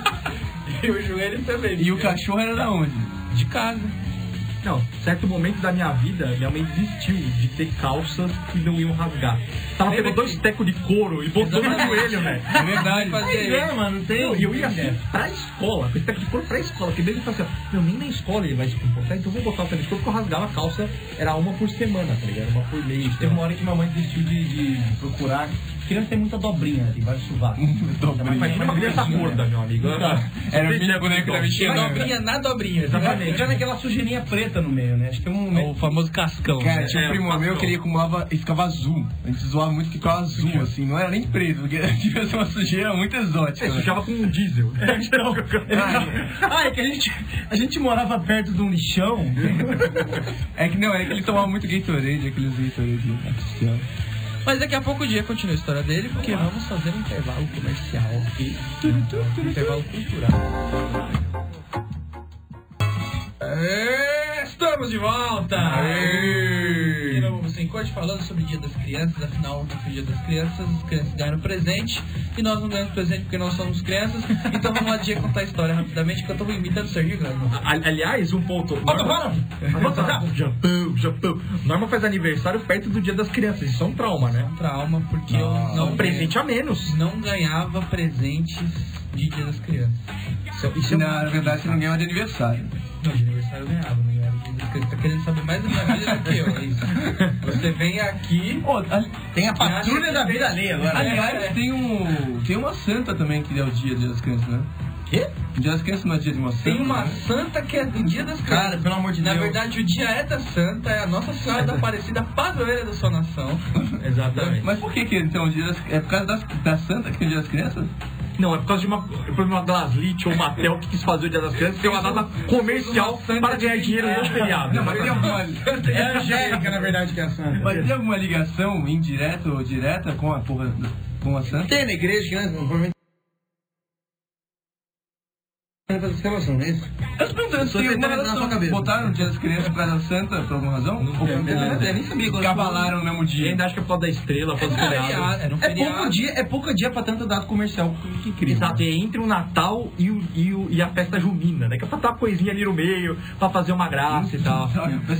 E o joelho também. E o cachorro era da onde? De casa. Não, certo momento da minha vida, minha mãe desistiu de ter calças que não iam rasgar. Tava Lembra pegando dois que- tecos de couro e botou no Exatamente. joelho, velho. É (laughs) verdade. Fazer isso. É, mano, tem. Não, E eu ia assim pra escola, com esse teco de couro pra escola, porque mesmo ele falava assim, meu, nem na escola ele vai se comportar, então eu vou botar o teco de couro, porque eu rasgava a calça, era uma por semana, tá ligado? Uma por mês. Teve uma hora que minha mãe desistiu de, de procurar. Criança tem muita dobrinha, né? tem vários sovacos. Hum, Dobrinha. Imagina uma criança gorda, meu amigo. Tá. Era minha boneca da Tinha Michelin. dobrinha na dobrinha. né? Exatamente. Já naquela sujeirinha preta no meio, né? Acho que é um O momento. famoso cascão. Cara, né? tinha um É, primo meu passou. que ele acumulava e ficava azul. A gente zoava muito que ficava azul, assim. Não era nem preto, porque (laughs) devia ser uma sujeira muito exótica. É, né? sujava com um diesel. (laughs) Ah, é que a gente, a gente morava perto de um lixão. É que não, é que ele tomava muito Gatorade, aqueles Gatorade né? artificial. Mas daqui a pouco o dia continua a história dele, porque vamos fazer um intervalo comercial aqui. Um intervalo cultural. Ê, Estamos de volta! Aqui no Sem Corte falando sobre o Dia das Crianças, afinal, ontem foi o Dia das Crianças, as crianças ganharam um presente e nós não ganhamos presente porque nós somos crianças. Então vamos lá, Dia, contar a história rapidamente, que eu tô imitando o Serginho Grande. A- (laughs) Aliás, um ponto. Volta, para! Volta, para! Japão, Japão. Norma faz aniversário perto do dia das crianças. Isso é um trauma, né? Trauma, porque eu É não, um presente a menos. não ganhava presentes de Dia das Crianças. Isso, é- isso é um- Na verdade, você não ganhava de aniversário. Não, de aniversário eu ganhava, não ganhava de das crianças. querendo saber mais da minha vida do que eu, é (laughs) isso. Você vem aqui. Ô, ali- Tem a patrulha da vida alheia agora. né? É. aliás, tem, um, tem uma santa também que é o dia das crianças, né? Quê? O dia das crianças não é dia de uma santa. Tem uma né? santa que é do dia das crianças. Cara, pelo amor de Na Deus. verdade, o dia é da santa, é a Nossa Senhora da Aparecida, padroeira da sua nação. Exatamente. (laughs) Mas por que que então o dia das, É por causa das, da santa que tem o dia das crianças? Não, é por causa de uma, é por causa de uma Glaslit ou uma Tel que quis fazer o Dia das Crianças, que é uma data comercial para ganhar dinheiro no feriado. Ah, Não, mas (laughs) tem (laughs) alguma, É a Angélica, na verdade, que é a santa. mas tem alguma ligação indireta ou direta com a porra da- com a santa? Tem na igreja, né? Provavelmente. Pra essa relação, não é isso? Eu tô perguntando se Tô tem alguma tentando entrar na sua relação. cabeça. Botaram o dia das crianças por causa da santa por alguma razão? Não, tem, não tem, não tem, nem sabia agora. Cavalaram no mesmo E dia. (laughs) ainda acho que é por causa da estrela, por causa do feriado. Feriado, Era um É pouco feriado. Ah, dia, é pouco dia pra tanta data comercial. Que- Que incrível. Exato, é entre o Natal e, o, e, o- e a festa junina, né? Que é pra botar uma coisinha ali no meio, pra fazer uma graça e tal.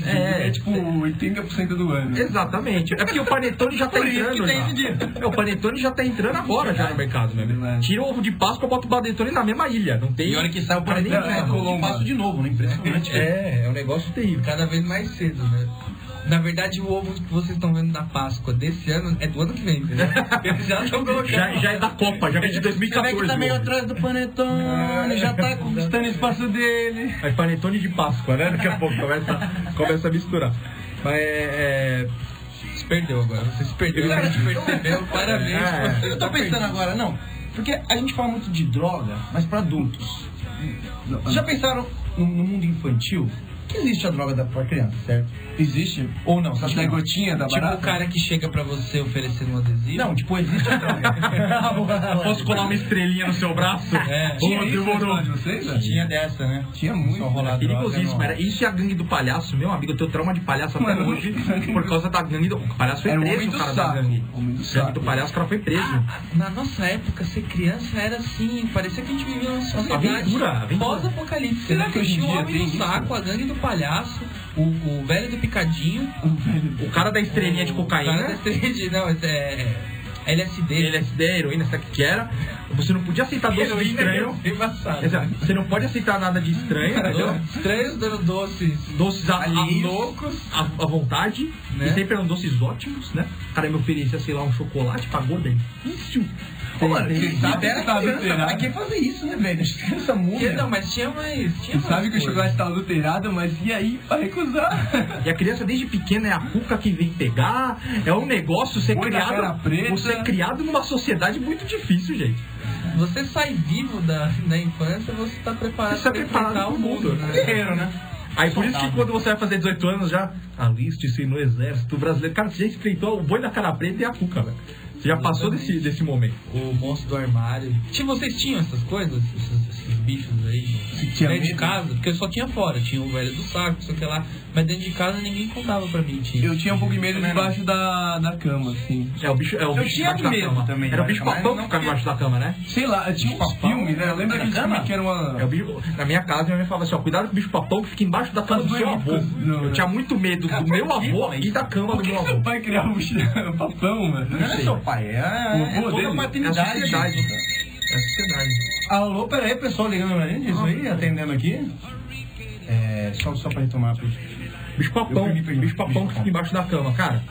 É, é tipo 80% do ano. Exatamente. É porque o panetone já tá Por isso entrando. que tem já. esse dia. É, o panetone já tá entrando agora já no mercado, né? Verdade. Tira o ovo de Páscoa, bota o panetone na mesma ilha. Não tem. E olha que sai o Não, planeta, é né? Colombo. Passo de novo, né? Impressionante. É, é um negócio terrível. Cada vez mais cedo, né? Na verdade, o ovo que vocês estão vendo da Páscoa desse ano é do ano que vem, (laughs) entendeu? Eles já estão colocando. Já, já é da Copa, já vem de Como é 2014. que tá meio o ovo. atrás do Panetone? Já (laughs) tá conquistando o espaço dele. É panetone de Páscoa, né? Daqui a pouco começa, começa a misturar. Mas é. é- Se perdeu agora, você se perdeu, a gente percebeu, parabéns. É. você. tá Eu tô pensando agora, não. Porque a gente fala muito de droga, mas pra adultos. Vocês já pensaram no, no mundo infantil? Que existe a droga da, pra criança, certo? Existe? Ou não? Você acha Da que não? gotinha da Tipo o barata? cara que chega pra você oferecendo um adesivo. Não, tipo, existe a droga. Posso colar uma estrelinha no seu braço? É. Boa, isso na demorou. escola de vocês? né? Tinha dessa, né? Tinha muito. Só rolar droga, é Perigosíssimo, não. era isso e a gangue do palhaço, meu amigo. Eu tenho trauma de palhaço até Mano, hoje por causa da gangue do. O palhaço foi Era o preso, homem o do cara da saco. gangue. O homem do gangue do saco. palhaço, o cara foi preso. Na nossa época, ser criança era assim, parecia que a gente vivia numa sociedade Aventura, aventura. pós-apocalipse. Será Será que que hoje em tinha o dia homem tem do isso? saco, a gangue do palhaço, o, o velho do picadinho, O cara da estrelinha de o cara (laughs) da cocaína. é estrela de- não, esse é LSD. LSD, heroína, sabe o que era? Você não podia aceitar doce de (laughs) é estranho. Exato, Você não pode aceitar nada de estranho, entendeu? Estranhos dando doces. Doces a, a Alheios. loucos, à à vontade, Né? e sempre eram doces ótimos, né? O cara me oferecia, sei lá, um chocolate, pagou, daí. Isso! Ô, mano, quem sabe era Sabe criança. alterar. Pra que fazer isso, né, velho? As crianças Que- Não, mudam. mas tinha mais. Tinha Você mais sabe que o coisa. chocolate tá adulterado, mas e aí pra recusar? E a criança desde pequena é a cuca que vem pegar, é um negócio, você é Boi da cara criado. preta. Você é criado numa sociedade muito difícil, gente. Você sai vivo da, da infância, você tá preparado Você é pra preparado enfrentar pro o mundo. mundo, né? (laughs) Guerreiro, né? Aí por isso que quando você vai fazer 18 anos já aliste-se no exército brasileiro. Cara, você já enfrentou o boi da cara preta e a cuca, velho. Você já passou desse, desse momento. O monstro do armário. Tipo, vocês tinham essas coisas? Esses, esses bichos aí? Se tinha dentro de medo? casa? Porque eu só tinha fora. Tinha o velho do saco, não sei o que lá. Mas dentro de casa ninguém contava pra mim. Tinha. Eu tinha um pouco de medo debaixo da, da cama, assim. É o bicho, é o Eu bicho tinha debaixo da medo cama. também, Era o mas bicho também papão que não ficava queria. debaixo da cama, né? Sei lá, tinha uns Papão? filmes, né? Lembra Na aqueles cama? filmes que era É o uma. bicho, na minha casa, minha mãe falava assim, ó, cuidado com o bicho papão que fica embaixo da cama Tá do seu doido, avô. não, Eu né? tinha muito medo do meu avô e da cama do meu (laughs) avô. Seu pai criava um bicho- um papão, mano. Não é seu pai, é, O é avô toda dele? a É a maternidade. sociedade. É a sociedade. Alô, peraí, pessoal ligando pra gente, isso aí, atendendo aqui. É, só, só pra retomar, por favor. Bicho Eu papão, perdi, perdi. bicho papão que fica embaixo da cama, cara.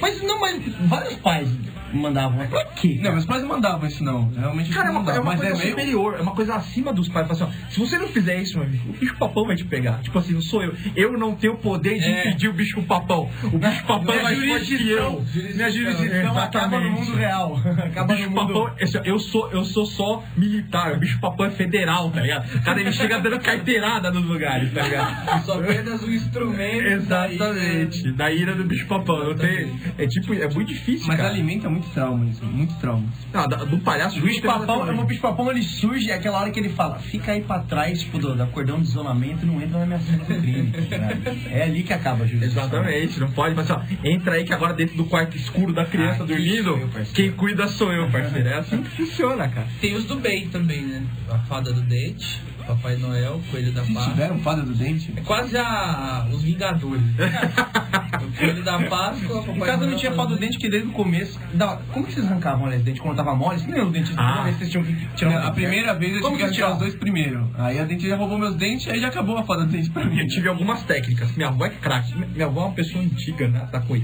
Mas não, mas vários pais mandavam. Mas pra quê? Não, meus pais não mandavam isso, não. Realmente eles Cara, é não uma, é mandavam, uma mas coisa é meio. superior, é uma coisa acima dos pais. Fala assim, ó, se você não fizer isso, meu amigo, o bicho papão vai te pegar. Tipo assim, não sou eu. Eu não tenho o poder de impedir o bicho papão. O bicho papão é mais forte que eu. Minha jurisdição acaba no mundo real. O Acaba no bicho papão, mundo. esse, ó, eu sou, eu sou só militar, o bicho papão é federal, tá ligado? O Cara, ele chega dando carteirada nos lugares, tá ligado? Eu sou apenas um instrumento. (laughs) Exatamente, da ira do bicho papão. Eu tenho, é tipo, é muito difícil, Mas cara. alimenta muitos traumas, muitos traumas. Não, da- do palhaço, é O bicho papão, o bicho papão ele surge é aquela hora que ele fala, fica aí pra trás, tipo, do, do cordão de isolamento e não entra na minha cena do crime. né? É ali que acaba a Uhum. jurisdição. Exatamente, não pode, mas ó, entra aí que agora dentro do quarto escuro da criança Ah, dormindo, sou eu, parceiro. quem cuida sou eu, parceiro. É assim que funciona, cara. Tem os do bem também, né? A fada do dente. Papai Noel, Coelho da Vocês Páscoa. tiveram fada do dente? É quase a, os (laughs) Vingadores. o Coelho da Páscoa, Papai Em casa não Noel, tinha pau do dente que desde o começo. Da... Como que vocês arrancavam né, esse dente quando tava mole? Você não era o dentista? Ah. Então, toda vez vocês tinham que tipo É, tirar o A dente, primeira né? vez eu Como tive que que arrancar os tirava? dois primeiro. Aí a dente já roubou meus dentes, aí já acabou a fada do dente pra mim. Eu tive algumas técnicas. Minha avó é craque. Minha avó é uma pessoa antiga, né? Tá com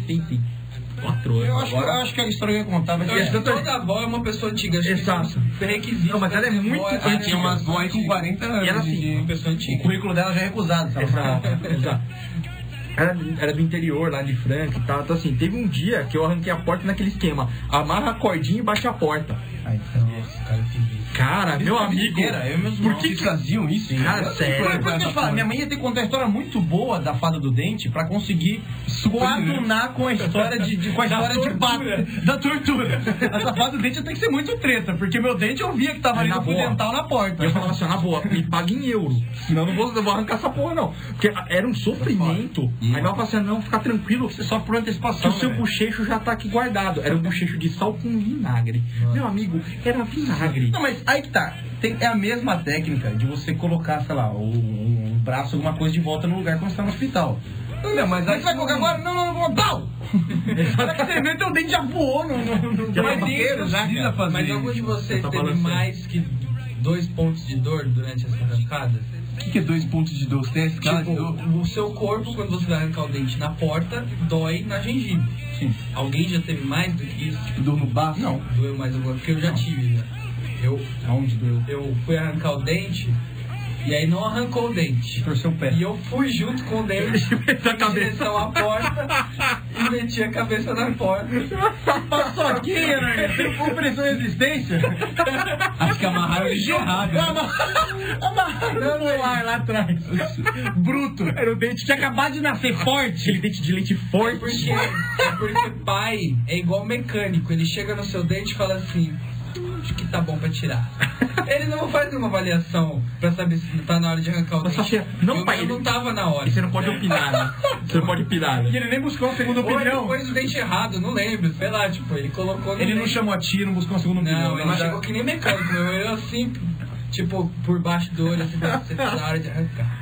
84 anos. Eu acho, que- agora. eu acho que a história que eu ia contar vai Eu ser acho que toda avó é uma pessoa antiga. acho que Exato. isso é requisito. Não, mas ela é Avó muito ela Ah, é antiga. tinha umas vó aí com 40 anos. E era assim, de- Uma pessoa O antiga. currículo dela já é recusado, sabe? então. Exato, exato. Era, era do interior lá de Franca e tal. Então, assim, teve um dia que eu arranquei a porta naquele esquema: amarra a cordinha e bate a porta. Ah, então, nossa, cara, que bicho. Cara, meu amigo. brincadeira, eu e meus por irmãos. que, Vocês que faziam isso? Cara, sério. Por isso que eu te falo, minha mãe ia ter que contar a história muito boa da fada do dente pra conseguir coadunar com a história de, de- com a história de tortura. pato, da tortura. Essa fada do dente tem que ser muito treta, porque meu dente eu via que tava ali Na no boa. dental na porta. E eu falava assim, na boa, me paga em euro. Senão eu não vou, eu vou arrancar essa porra, não. Porque era um sofrimento. Aí ela falava assim, não, fica tranquilo, que só por que antecipação. o seu bochecho já tá aqui guardado. Era um bochecho de sal com vinagre. Meu amigo, era vinagre. Não, mas aí que tá. Tem- é a mesma técnica de você colocar, sei lá, um, um braço, alguma coisa de volta no lugar quando você (laughs) tá no hospital. Não, não, mas aí você vai colocar agora? Não, não, não, não, pau! Será que você vê teu dente já voou no, no, no Já banheiro, bateu, já, precisa cara? fazer Mas algum isso. de vocês Eu tô teve assim. balançando. mais que dois pontos de dor durante essa arrancada? O que, que é dois pontos de dor? Você tem esse cara de dor? Tipo, o seu corpo, quando você vai arrancar o dente na porta, dói na gengiva. Sim. Alguém já teve mais do que isso? Tipo, dor no baço? Não. Doeu mais alguma Porque eu já tive, né? Eu, Aonde doeu? eu fui arrancar o dente e aí não arrancou o dente. Torceu o pé. E eu fui junto com o (laughs) dente Da em direção à porta e meti a cabeça na porta. Passou aqui, né? Com pressão e resistência. Acho que amarraram ele de errado. né? Amarrando o ar lá atrás. Bruto. Era o dente Tinha acabado de nascer forte. Aquele dente de leite forte. Porque, é porque pai é igual mecânico, ele chega no seu dente e fala assim, acho que tá bom pra tirar. Ele não faz uma avaliação pra saber se tá na hora de arrancar o Mas só dente. chega, não, Meu pai, meu ele- não tava na hora. E você não pode opinar, né? Você não pode opinar, E né? ele nem buscou uma segunda Ou ele opinião. pôs o dente errado, não lembro, sei lá, tipo, ele colocou no Ele não dente. chamou a tia, não buscou uma segunda opinião. Não, ele Ela já- chegou que nem mecânico, meu, eu assim, tipo, por baixo do olho, assim, você tá na hora de arrancar.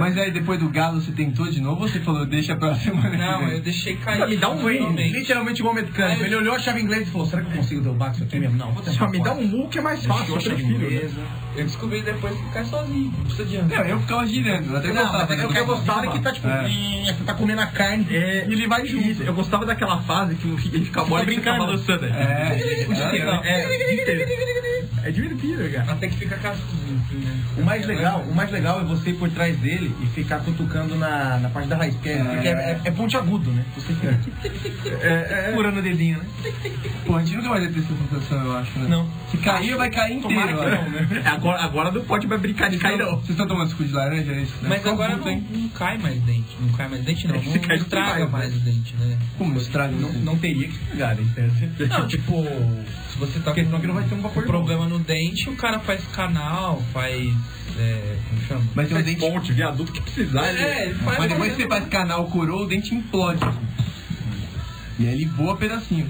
Mas aí depois do galo você tentou de novo ou você falou deixa pra semana? Não, eu deixei cair. Me dá um win. naturalmente. Literalmente igual mecânico. Ele olhou a chave inglesa e falou: Será que eu consigo derrubar com seu trem mesmo? Não, vou tentar. Só me dá um mu que é mais fácil, eu prefiro. né? Eu descobri depois que cai sozinho, não precisa de arrancar. Não, eu ficava girando, um eu até Não, gostava. mas é que eu né? quero gostar que tá tipo, É. "Hum, você tá comendo a carne É, e ele vai junto. Isso, eu gostava daquela fase que ele ficava Tá olhando e ficava brincando. balançando. É. O dia inteiro, né? É, o dia inteiro. É divertido, cara. Até que fica casquinho, assim, né? O mais legal, o mais legal é você ir por trás dele e ficar cutucando na, na parte da raiz, porque é, porque é- é ponte agudo, né? Você fica (laughs) É, é. furando o dedinho, né? Pô, a gente nunca vai ter essa sensação, eu acho, né? Não. Se cair, vai cair Tomara inteiro. que olha. não, né? Agora, agora não pode mais brincar de cair, não. Vocês estão tomando suco de laranja? É isso, né? Mas Ficou agora puto, não, hein? não cai mais dente. Não cai mais dente, não. Se Não cai, não estraga cai mais. mais o dente, né? Como estraga Não, isso? não teria que né? pegar, hein? certo? Não, tipo, se você tá Porque com senão que não vai ter um vapor. problema no dente, o cara faz canal, faz. É, como chama? Mas tem um Tem dente... ponte, viaduto que precisar. É, ele faz. Mas depois que você faz canal, curou, o dente implode. E aí ele voa pedacinho.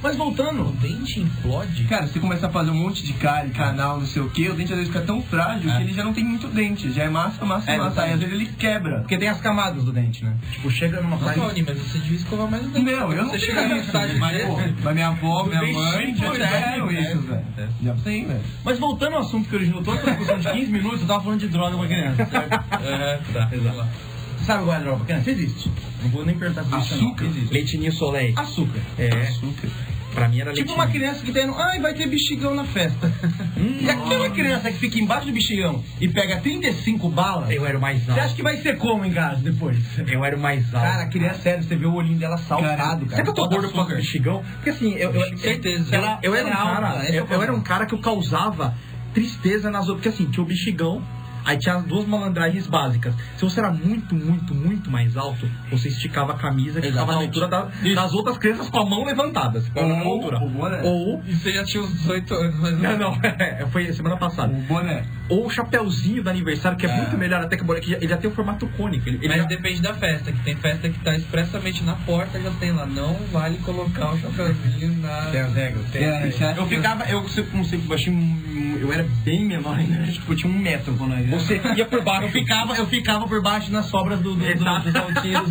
Mas O voltando, dente implode? Cara, você começa a fazer um monte de cárie, canal, não sei o que, o dente às vezes fica tão frágil que ele já não tem muito dente, já é massa, massa, É, massa. Aí às exatamente. vezes ele quebra. porque tem as camadas do dente, né? Tipo, chega numa Nossa, fase. Tony, mas você devia escovar mais o dente. Não, eu não Você tenho chega no isso, estágio mas, pô, desse. mas minha avó, minha Bem mãe já simples, tiveram né? isso, velho. Já tem, velho. Mas voltando ao assunto que originou toda essa discussão de 15 minutos, eu tava falando de droga pra criança. certo? É, tá. vai lá. Você sabe qual é a droga pra criança? Existe. Não vou nem perguntar se existe. Açúcar? Não. Existe. Leitinho Soleil. Açúcar. É, Açúcar. pra mim era leitinho. Tipo uma criança que tá indo, ai, vai ter bexigão na festa. (laughs) e aquela criança que fica embaixo do bexigão e pega 35 balas, Eu era o mais você alto. acha que vai ser como em casa depois? Eu era o mais alto. Cara, a criança, sério, você vê o olhinho dela saltado, cara. é Será que eu tô gordo por causa do bexigão? Porque assim, eu, eu, Certeza. ela- eu era um Ela é alta, cara, esse é o eu, eu problema. era um cara que eu causava tristeza nas outras. Porque assim, tinha o bexigão, aí tinha as duas malandragens básicas. Se você era muito, muito, muito mais alto, você esticava a camisa que ficava na Exatamente. altura da- das outras crianças com a mão levantada. Você ficava na mesma Ou- altura. ou boné. Ou. E você já tinha uns 18 anos, mas Não, não, (laughs) é, foi semana passada. O boné. Ou o chapéuzinho do aniversário, que é, muito melhor até que o boné, que já- ele já tem o formato cônico. Ele, ele Mas já- depende da festa, que tem festa que tá expressamente na porta, já tem lá, não vale colocar o chapéuzinho na. né? Tem as regras. tem É, as regras. isso é- eu ficava, eu se- como sempre baixinho, um, eu era bem menor ainda, né? tipo, eu tinha um metro quando eu era. Você ia por baixo. Eu ficava, eu ficava por baixo nas sobras do, do, do, dos altinhos,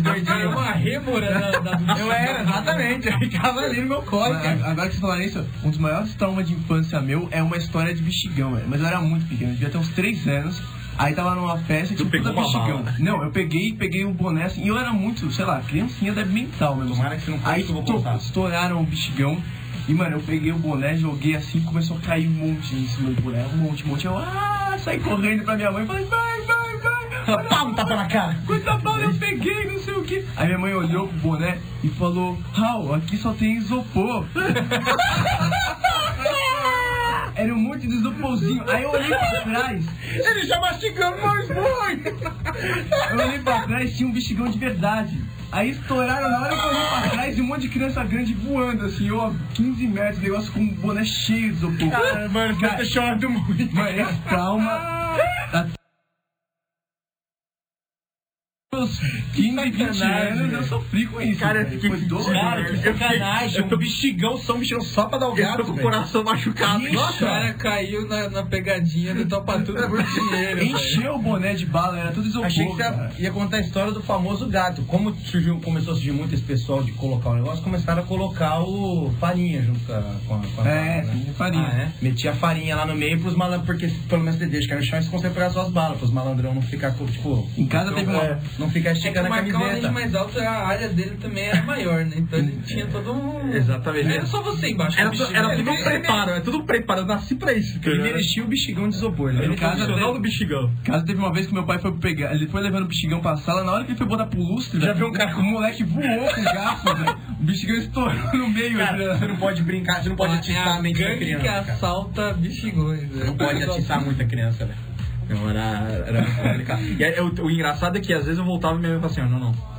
(laughs) dos é gordinhos. uma rêmora da, da (laughs) Eu era, exatamente. Eu ficava ali no meu colo, Mas, cara. a- Agora que vocês falaram isso, um dos maiores traumas de infância meu é uma história de bexigão, velho. Mas eu era muito pequeno, eu devia ter uns 3 anos. Aí tava numa festa e tinha um puta pegou uma bexigão. bala. Não, eu peguei, peguei o boné assim, e eu era muito, sei lá, criancinha da mental mesmo. assim. Tomara que você não conte Aí que eu vou to- contar. estouraram o bexigão. E, mano, eu peguei o boné, joguei assim, começou a cair um monte em cima do boné, um monte, um monte. Eu, ah, saí correndo pra minha mãe, falei, vai, vai, vai. olha Pá, um tapa na cara. Quanta bala eu peguei, não sei o que. Aí minha mãe olhou pro boné e falou: Raul, aqui só tem isopor. (laughs) Era um monte de isoporzinho. Aí eu olhei pra trás, Ele já mastigando, mas foi. eu olhei pra trás tinha um bexigão de verdade. Aí estouraram na hora que eu olhei pra trás e um monte de criança grande voando, assim, eu a 15 metros, negócio com um boné cheio de isopor. Cara, É, mano, tá eu chorando muito. Mano, esse trauma. tá- Meus 15, 20 anos eu sofri com isso. Cara, eu velho. fiquei Foi doloroso. é Cara, que sacanagem. Um bexigão só mexendo só pra dar o Eu gato, tô com o velho. coração machucado. O cara caiu na, na pegadinha do topa tudo por dinheiro. velho. Encheu o boné de bala, era tudo isopor. Achei que você cara. ia contar a história do famoso gato. Como surgiu, começou a surgir muito esse pessoal de colocar o negócio, começaram a colocar o farinha junto com a, com a, com a É, bala, né? sim, farinha. Ah, é? Metia a farinha lá no meio pros malandros, porque pelo menos você deixa cair no chão e você consegue pegar suas balas, pros malandrão não ficar, com, tipo, Em casa teve uma. é, não ficar É que esticando o a Marcão, além de camiseta. mais alto, a área dele também era maior, né? Então ele tinha todo um. Exatamente. Era só você é, embaixo. Era, do tu- bichinho, era né? tudo um Ele- ele- preparo, é tudo um preparo. Eu nasci pra isso. cara. Primeiro enchia o bexigão de isopor. Ele Em casa profissional teve- do bexigão. em casa teve uma vez que meu pai foi pegar, ele foi levando o bexigão pra sala, na hora que ele foi botar pro lustre, Já velho, viu um cara- o moleque voou com o garfo, velho. O bexigão estourou no meio. assim, Cara, você velho. não pode brincar, você não pode É atiçar a mente da gangue que criança. cara. assalta bichigões. Você não pode atiçar muito a criança, né? velho. Não, era, era muito complicado. E aí, o, o engraçado é que às vezes eu voltava e minha mãe falava assim: ó, não, não.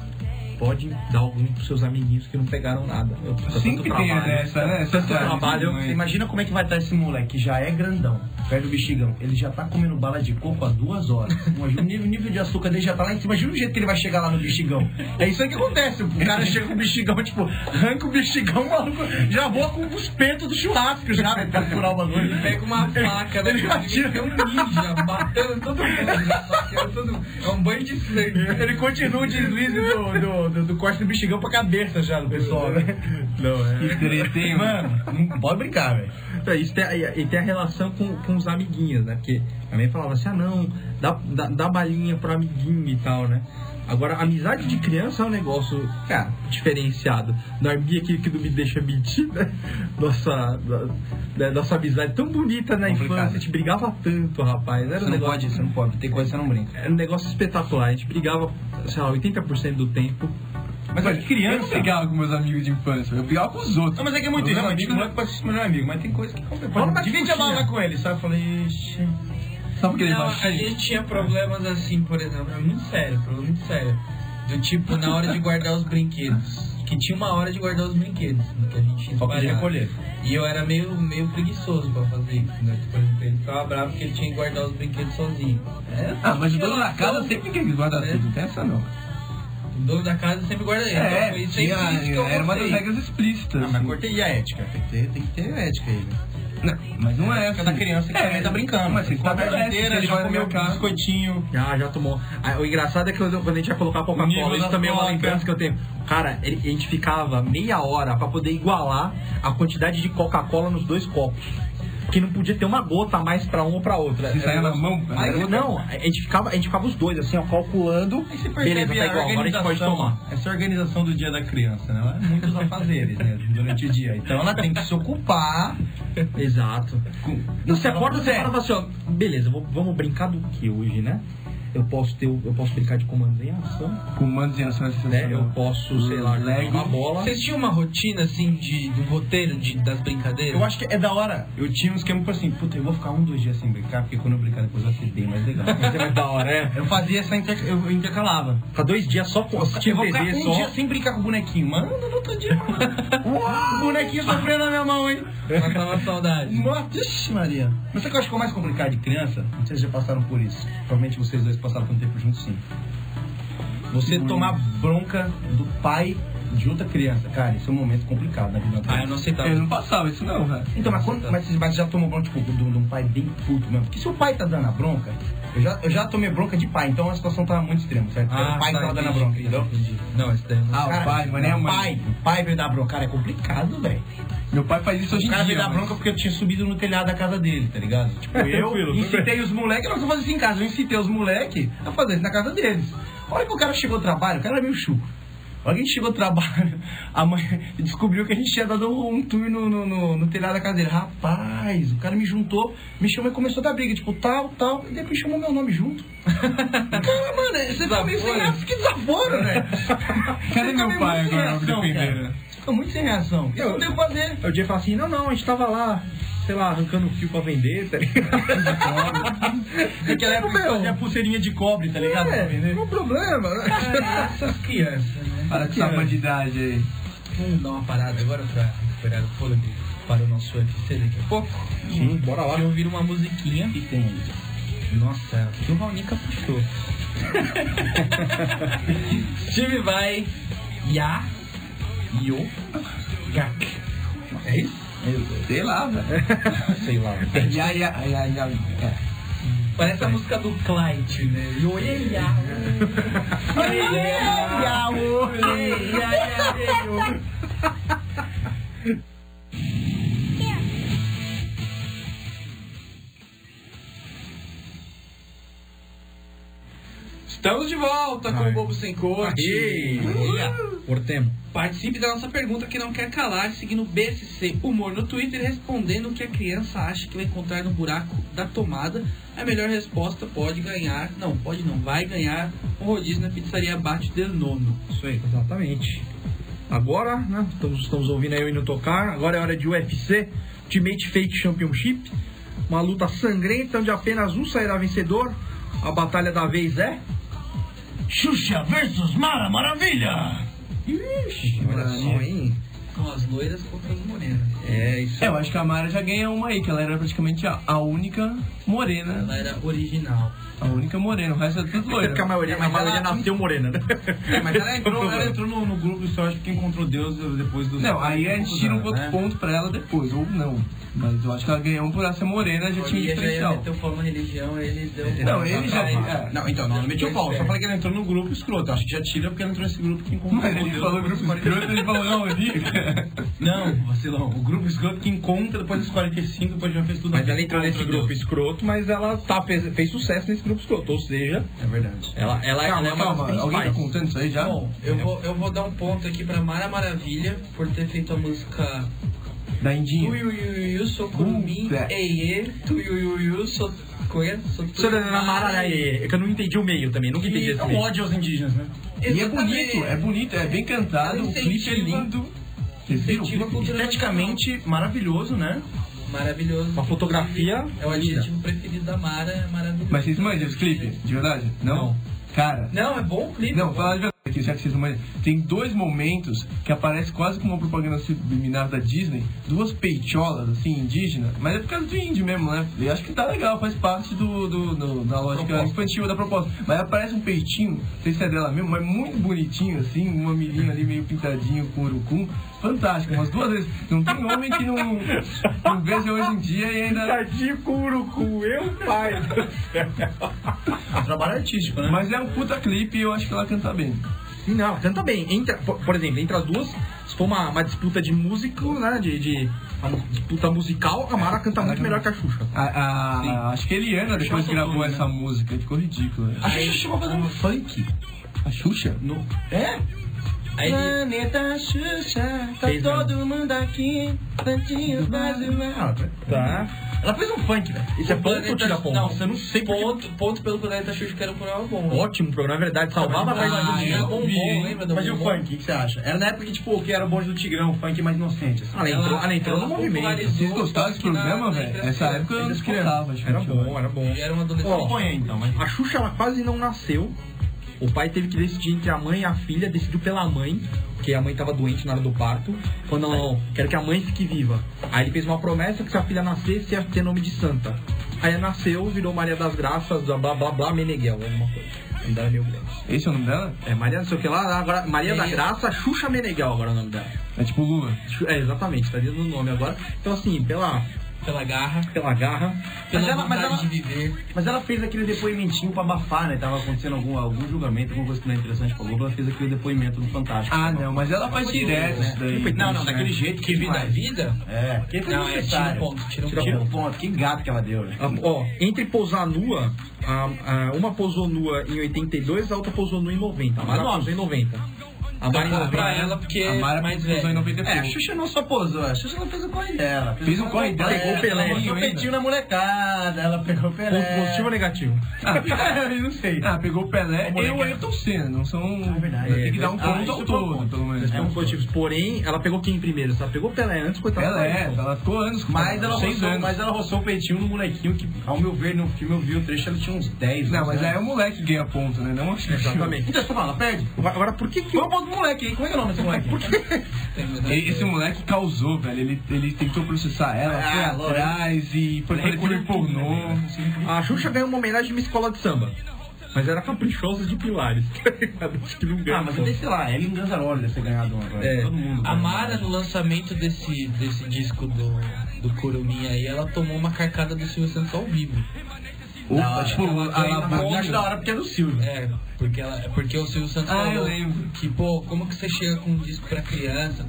Pode dar algum pros seus amiguinhos que não pegaram nada. Eu, eu tanto Sempre tem trabalho. essa, né? Essa Tanto trabalho. Você imagina como é que vai estar esse moleque, já é grandão, perto do bexigão. Ele já tá comendo bala de coco há duas horas. Imagina o nível, o nível de açúcar dele já tá lá em cima. Imagina o jeito que ele vai chegar lá no bexigão. É isso aí que acontece. O cara chega com o bexigão, tipo, arranca o bexigão, o maluco, já voa com os peitos do churrasco já, né, velho, pra furar o bagulho. Pega uma faca, (laughs) né? Ele atira. É um ninja, matando todo mundo. né? Matando todo mundo. É um banho de sangue. Ele continua o deslize do, do, do, do corte do bexigão pra cabeça já do pessoal, né? Não, é. Direitinho, Mano, não pode brincar, velho. Então, isso tem, e- e tem a relação com, com os amiguinhos, né? Porque a mãe falava assim, ah não, dá, dá, dá balinha pro amiguinho e tal, né? Agora, a amizade de criança é um negócio, cara, diferenciado. Dormir aquilo que não me deixa mentir, né? Nossa, da- da- nossa amizade é tão bonita na Complicado. infância, a gente brigava tanto, rapaz. Era Você um não negócio, pode, você não pode. Tem coisa que você não brinca. Era um negócio espetacular. A gente brigava, sei lá, 80% do tempo. é Mas olha, Eu não criança... brigava com meus amigos de infância, eu brigava com os outros. Não, mas é que é muito Meus isso, realmente. amigos- Não é que pode ser melhor amigo, mas tem coisa que né? Fala uma pode. Divide a discutinha. bala com ele, sabe? Eu falei, ixi. Sabe aquele Não, é, a baixinho? gente tinha problemas assim, por exemplo, é muito sério, problema muito sério. Do tipo, na hora de guardar os brinquedos. Que tinha uma hora de guardar os brinquedos, né, que a gente tinha Só podia espalhado. recolher. E eu era meio, meio preguiçoso pra fazer isso, né? Por exemplo, ele ficava bravo porque ele tinha que guardar os brinquedos sozinho. É, Ah, mas o dono da Então, casa sempre quer guardar É. tudo, não tem essa não. É, O dono da casa sempre guarda É, ele. então foi isso aí tinha- que eu era uma das gostei. regras explícitas. Ah, mas assim. cortei a ética. Tem que ter, tem que ter ética aí, né? Não, mas não é. Cada criança que também tá brincando. Mas você Ficou a tarde estabelece, inteira, ele já vai no comeu mercado. biscoitinho. Já, já tomou. Ah, o engraçado é que quando a gente ia colocar Nível Coca-Cola, da isso também é uma Coca. lembrança que eu tenho. Cara, ele- a gente ficava meia hora pra poder igualar a quantidade de Coca-Cola nos dois copos. Que não podia ter uma gota a mais pra um ou pra outra. Se saia Era- na mão, cara. Aí, não, a gente, ficava, a gente ficava os dois, assim, ó, calculando. Aí você percebe Beleza, tá a igual, agora a gente pode tomar. organização, essa organização do dia da criança, né? Ela é muitos afazeres, né? Durante o dia. Então ela tem que se ocupar. Exato. Não, você Ela acorda, você consegue. fala assim, ó, beleza, vou- vamos brincar do que hoje, né? Eu posso, ter, o- eu posso brincar de comando em ação, Comandos em ação é né? Eu sensacional. posso, sei lá, jogar Lego. uma bola. Vocês tinham uma rotina assim de, de um roteiro de, das brincadeiras? Eu acho que é da hora. Eu tinha um esquema tipo assim, puta, eu vou ficar um, dois dias sem brincar, porque quando eu brincar depois vai ser bem mais legal. Vai ser mais da hora, é. Eu fazia essa, interca- eu eu intercalava. Ficar dois dias só com Eu assistir vou ficar TV um só. dia sem brincar com o bonequinho, mano. No outro dia, (laughs) mano. O bonequinho sofrendo na minha mão, hein? Matava a saudade. Nossa, Ixi, Maria. Mas sabe o que eu acho que é o mais complicado de criança? Não sei se já passaram por isso. Provavelmente vocês dois passaram por um tempo juntos, sim. Você tomar bronca do pai, de outra criança. Cara, isso é um momento complicado na vida. da Ah, eu é criança. não aceitava. Eu não passava isso não, velho. Então, mas, quando, mas, mas já tomou bronca, tipo, de um de um pai bem puto mesmo. Porque se o pai tá dando a bronca, eu já, eu já tomei bronca de pai, então a situação tava muito extrema, certo? Era o pai tá, que tava dando a entendi, bronca, entendeu? entendi. Não, esse daí eu não Ah, o pai, mas nem a mãe. Pai, o pai veio dar bronca, cara, é complicado, velho. Meu pai faz isso hoje O em cara dia. né? veio dar mas- bronca porque eu tinha subido no telhado da casa dele, tá ligado? Tipo, eu tranquilo, incitei os moleques, nós vamos fazer isso em casa, eu incitei os moleques a fazer isso na casa deles. A hora que o cara chegou ao trabalho, o cara era meio chuco. A hora que a gente chegou ao trabalho, (laughs) a mãe descobriu que a gente tinha dado um tour no, no, no- no telhado da casa dele. Rapaz, o cara me juntou, me chamou e começou a dar briga, tipo, tal, tal, e depois chamou meu nome junto. cara, mano, você tá meio sem graça, que desaforo, né? Cadê Você fica meu meio pai muito sem agora, me reação, defendendo? cara. Você fica muito sem reação. Eu não tenho o que fazer. Aí o dia fala assim, não, não, a gente tava lá, sei lá, arrancando fio pra vender, tá (laughs) ligado? Naquela época Meu. fazia É pulseirinha de cobre, tá ligado? Pra É, vender. não é problema. Essas crianças, né? Para com essa bandidagem aí. Vamos dar uma parada agora pra recuperar o fôlego para o nosso UFC daqui a pouco. Sim, Hum, bora lá. Deixa um eu ouvir uma musiquinha. E tem Nossa, o que o Raunica puxou. Steve vai. Ya. Yo. Gak. É isso? Sei lá, (laughs) velho. Sei lá. Ai, ai, ai, ai, ai. É. Parece a música do Clyde, né? Yo, ye, ya. Ye, ya, ya, ye, yo. Estamos de volta com o Bobo Sem Corte. Portemo. Participe da nossa pergunta que não quer calar, seguindo BSC Humor no Twitter, respondendo o que a criança acha que vai encontrar no buraco da tomada. A melhor resposta pode ganhar, não, pode não, vai ganhar um rodízio na pizzaria Bate del Nono. Isso aí, exatamente. Agora, né? Estamos, estamos ouvindo aí o hino tocar. Agora é hora de UFC, Ultimate Fake Championship. Uma luta sangrenta onde apenas um sairá vencedor. A batalha da vez é. Xuxa versus Mara Maravilha! Ixi, olha só, hein? Com as loiras contra as morenas. É isso. É, eu acho que a Mara já ganha uma aí, que ela era praticamente a, a única morena. né? Ela era original. A única morena, o resto é tudo É loira. porque a maioria, a maioria nasceu morena, né? É, mas (laughs) ela entrou, ela entrou no, no grupo só acho que encontrou Deus depois do. Não, aí é a gente tira um outro né? ponto pra ela depois, ou não. Mas eu acho que ela ganhou por ela ser morena, já tinha um Olivia já ia diferencial. meteu forma religião, ele deu. um Não, ele já. Ah, É. Não, então, não, não meti o pau. É. Só falei que ela entrou no grupo escroto. Acho que já tira porque ela entrou nesse grupo que encontrou Mas ele Deus falou depois grupo dos 40. escroto, ele falou (laughs) não, Nica. Não, vacilão. O grupo escroto que encontra depois dos 45, depois já fez tudo. Mas ela entrou nesse grupo escroto, mas ela tá, fez, fez sucesso nesse grupo escroto. Ou seja, É verdade. ela, ela, ela é uma Calma, das calma. Alguém tá principais. contando isso aí já? Bom, eu vou, eu vou dar um ponto aqui pra Mara Maravilha por ter feito a música Da Indinha. Uyuyuyu, sou é Curumim, Puta. Eie, Tuyuyuyu, sou. Conhece? Sou Sou da Ana Mara, é, é que eu não entendi o meio também, nunca entendi E esse É um meio. ódio aos indígenas, né? E é bonito, é bonito, é bem cantado, Ela o clipe é incentiva- lindo. Vocês viram? o incentiva a clipe? cultura Esteticamente maravilhoso, né? nacional. Maravilhoso. Uma fotografia É o adjetivo preferido da Mara, é maravilhoso. Mas vocês manjam esse clipe? De verdade? Não? Cara. Não, é bom o clipe. Não, falar de verdade aqui, já que vocês não manjam. Tem dois momentos que aparece quase como uma propaganda subliminar da Disney, duas peitolas, assim, indígenas, mas é por causa do índio mesmo, né? Eu acho que tá legal, faz parte do, do- do- da lógica infantil da proposta. Mas aparece um peitinho, não sei se é dela mesmo, mas muito bonitinho, assim, uma mirinha ali meio pintadinho com urucum. Fantástico, umas duas vezes. Não tem homem que não, não veja hoje em dia e ainda. Jardim Curucu, eu pai. É (laughs) um trabalho artístico, né? Mas é um puta clipe e eu acho que ela canta bem. Sim, não, canta bem. Entra, por, por exemplo, entre as duas, se for uma, uma disputa de músico, né? De, de- uma disputa musical, a Mara canta muito melhor que a Xuxa. A, a- acho que a Eliana depois Xuxa um gravou Tone, né? essa música, ficou né? ridícula. A Xuxa chegou a fazer um funk. A Xuxa? No... É? Aí ele- Planeta Xuxa, tá Fez, né? todo mundo aqui, tantinhos brasileiros. Tá. Ela fez um funk, velho. Isso é ponto ou Planeta- tira ponto? Não, você não sei ponto, ponto pelo Planeta Xuxa, que era um programa bom. Ótimo programa, é verdade. Salvava a Ah, mais é. um Bombom, lembra do Mas e o Bombom? funk, o que você acha? Era na época que, tipo, que era o bonde do Tigrão, um o funk mais inocente, assim. Ela entrou, ela entrou no movimento. popularizou Vocês gostavam desse o funk na- programa, na velho? imprensa. Essa época eu não escutava, acho que Era tinha. bom, era bom. Ele era um adolescente. Põe aí, então, mas... A Xuxa ela quase não nasceu. O pai teve que decidir entre a mãe e a filha, decidiu pela mãe, porque a mãe estava doente na hora do parto. Falou, não, não, quero que a mãe fique viva. Aí ele fez uma promessa que se a filha nascesse ia ter nome de santa. Aí ela nasceu, virou Maria das Graças, blá blá blá, blá Meneghel, alguma coisa. Não dá meio grande. Esse é o nome dela? É Maria, não sei o que lá, agora, Maria da É. Graça Xuxa Meneghel, agora é o nome dela. É tipo Lula. Xu- É, exatamente, tá dentro do nome agora. Então, assim, pela, Pela garra, pela garra. pela mas, ela, mas, vontade ela, de viver. Mas ela fez aquele depoimentinho pra abafar, né? Tava acontecendo algum, algum julgamento, alguma coisa que não é interessante pra Globo, ela fez aquele depoimento do Fantástico. tá Ah, não, mas ela faz direto né? isso daí. Não, não, daquele jeito que Que vida é faz. vida? É, porque foi Não, é, tira o necessário. ponto, tira o Tira ponto. o ponto. Que gato que ela deu, né? Ah, Ó, entre pousar nua, a- a- uma pousou nua em 82, a outra pousou nua em 90. A Mara Madonna. pousou em 90. A Dá Mari pra, pra ela, porque A é Mara mais posou em velha. 90 e É, a pouco. Xuxa não só posou, a Xuxa não fez o corre dela. Fez o corre dela, pegou o Pelé. Ela botou o peitinho na molecada, ela pegou o Ponto Pelé. positivo ou negativo? (laughs) É, Eu não sei. Ah, pegou o Pelé Ô, e moleque. o né? é Ayrton Senna. Não são. verdade. Tem que dar um Ah, ponto isso ao foi um todo, ponto. pelo menos. É um positivo. Porém, ela pegou quem primeiro? Ela pegou o Pelé antes, coitado. Ela é, tá. ela ficou anos com Mas ele, ela, seis roçou, anos. mas ela roçou o peitinho no molequinho que, ao meu ver, no filme eu vi o trecho, ela tinha uns 10. Não, uns mas aí anos. é o moleque que ganha ponto, né? Não a Xuxa. né? Exatamente. Então, você fala, ela perde. Agora, por que que... Foi o ponto do moleque, hein? Como é que é o nome desse moleque? Por que? E- Esse moleque causou, velho. Ele, ele tentou processar ela, Ah, foi lógico. atrás e foi pra ele pornô. né? A Xuxa ganhou uma homenagem de uma escola de samba. Mas era caprichosa de pilares. (laughs) tá ligado? Acho que não ganha. Ah, mas eu dei, sei lá, Ellen Ganzaroli deve ter ganhado um agora. É. Todo mundo. A Mara, no lançamento desse, desse disco do, do Curuminha aí, ela tomou uma carcada do Silvio Santos ao vivo. Da Opa, hora. tipo, a Ela a- ganhou, mas eu acho da hora porque é do Silvio. É, porque, ela, porque o Silvio Santos Ah, falou eu lembro. que, pô, como que você chega com um disco pra criança,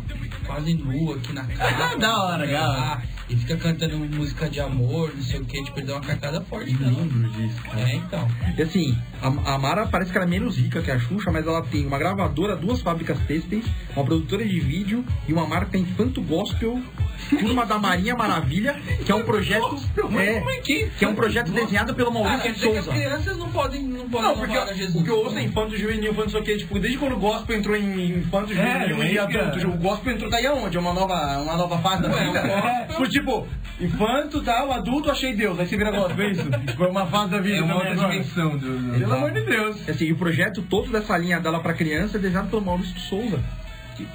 quase nua aqui na (laughs) casa. né, Da hora, cara. E fica cantando música de amor, não sei o que, tipo, ele deu uma carcada forte Eu nela. lembro disso, cara. É, então. E assim, a, a Mara parece que ela é menos rica que a Xuxa, mas ela tem uma gravadora, duas fábricas têxteis, uma produtora de vídeo e uma marca Infanto Gospel, Turma da Marinha Maravilha, que é um projeto. É, que é um projeto desenhado pelo Ah, Maurício quer de dizer que as Souza. crianças não podem, não podem Não, porque namorar Jesus. né? o que eu ouço é infanto juvenil, infanto isso aqui, tipo, desde quando o gospel entrou em infanto juvenil é e isso, adulto, cara. o gospel entrou daí aonde? É uma nova, uma nova fase da vida? É, Por tipo, infanto, tal, adulto, achei Deus. Aí você vira gospel, é isso? Tipo, Foi uma fase da vida é uma também outra agora. dimensão do. do- Pelo amor de Deus. Assim, e o projeto todo dessa linha dela pra criança é desenhado pelo Maurício de Souza.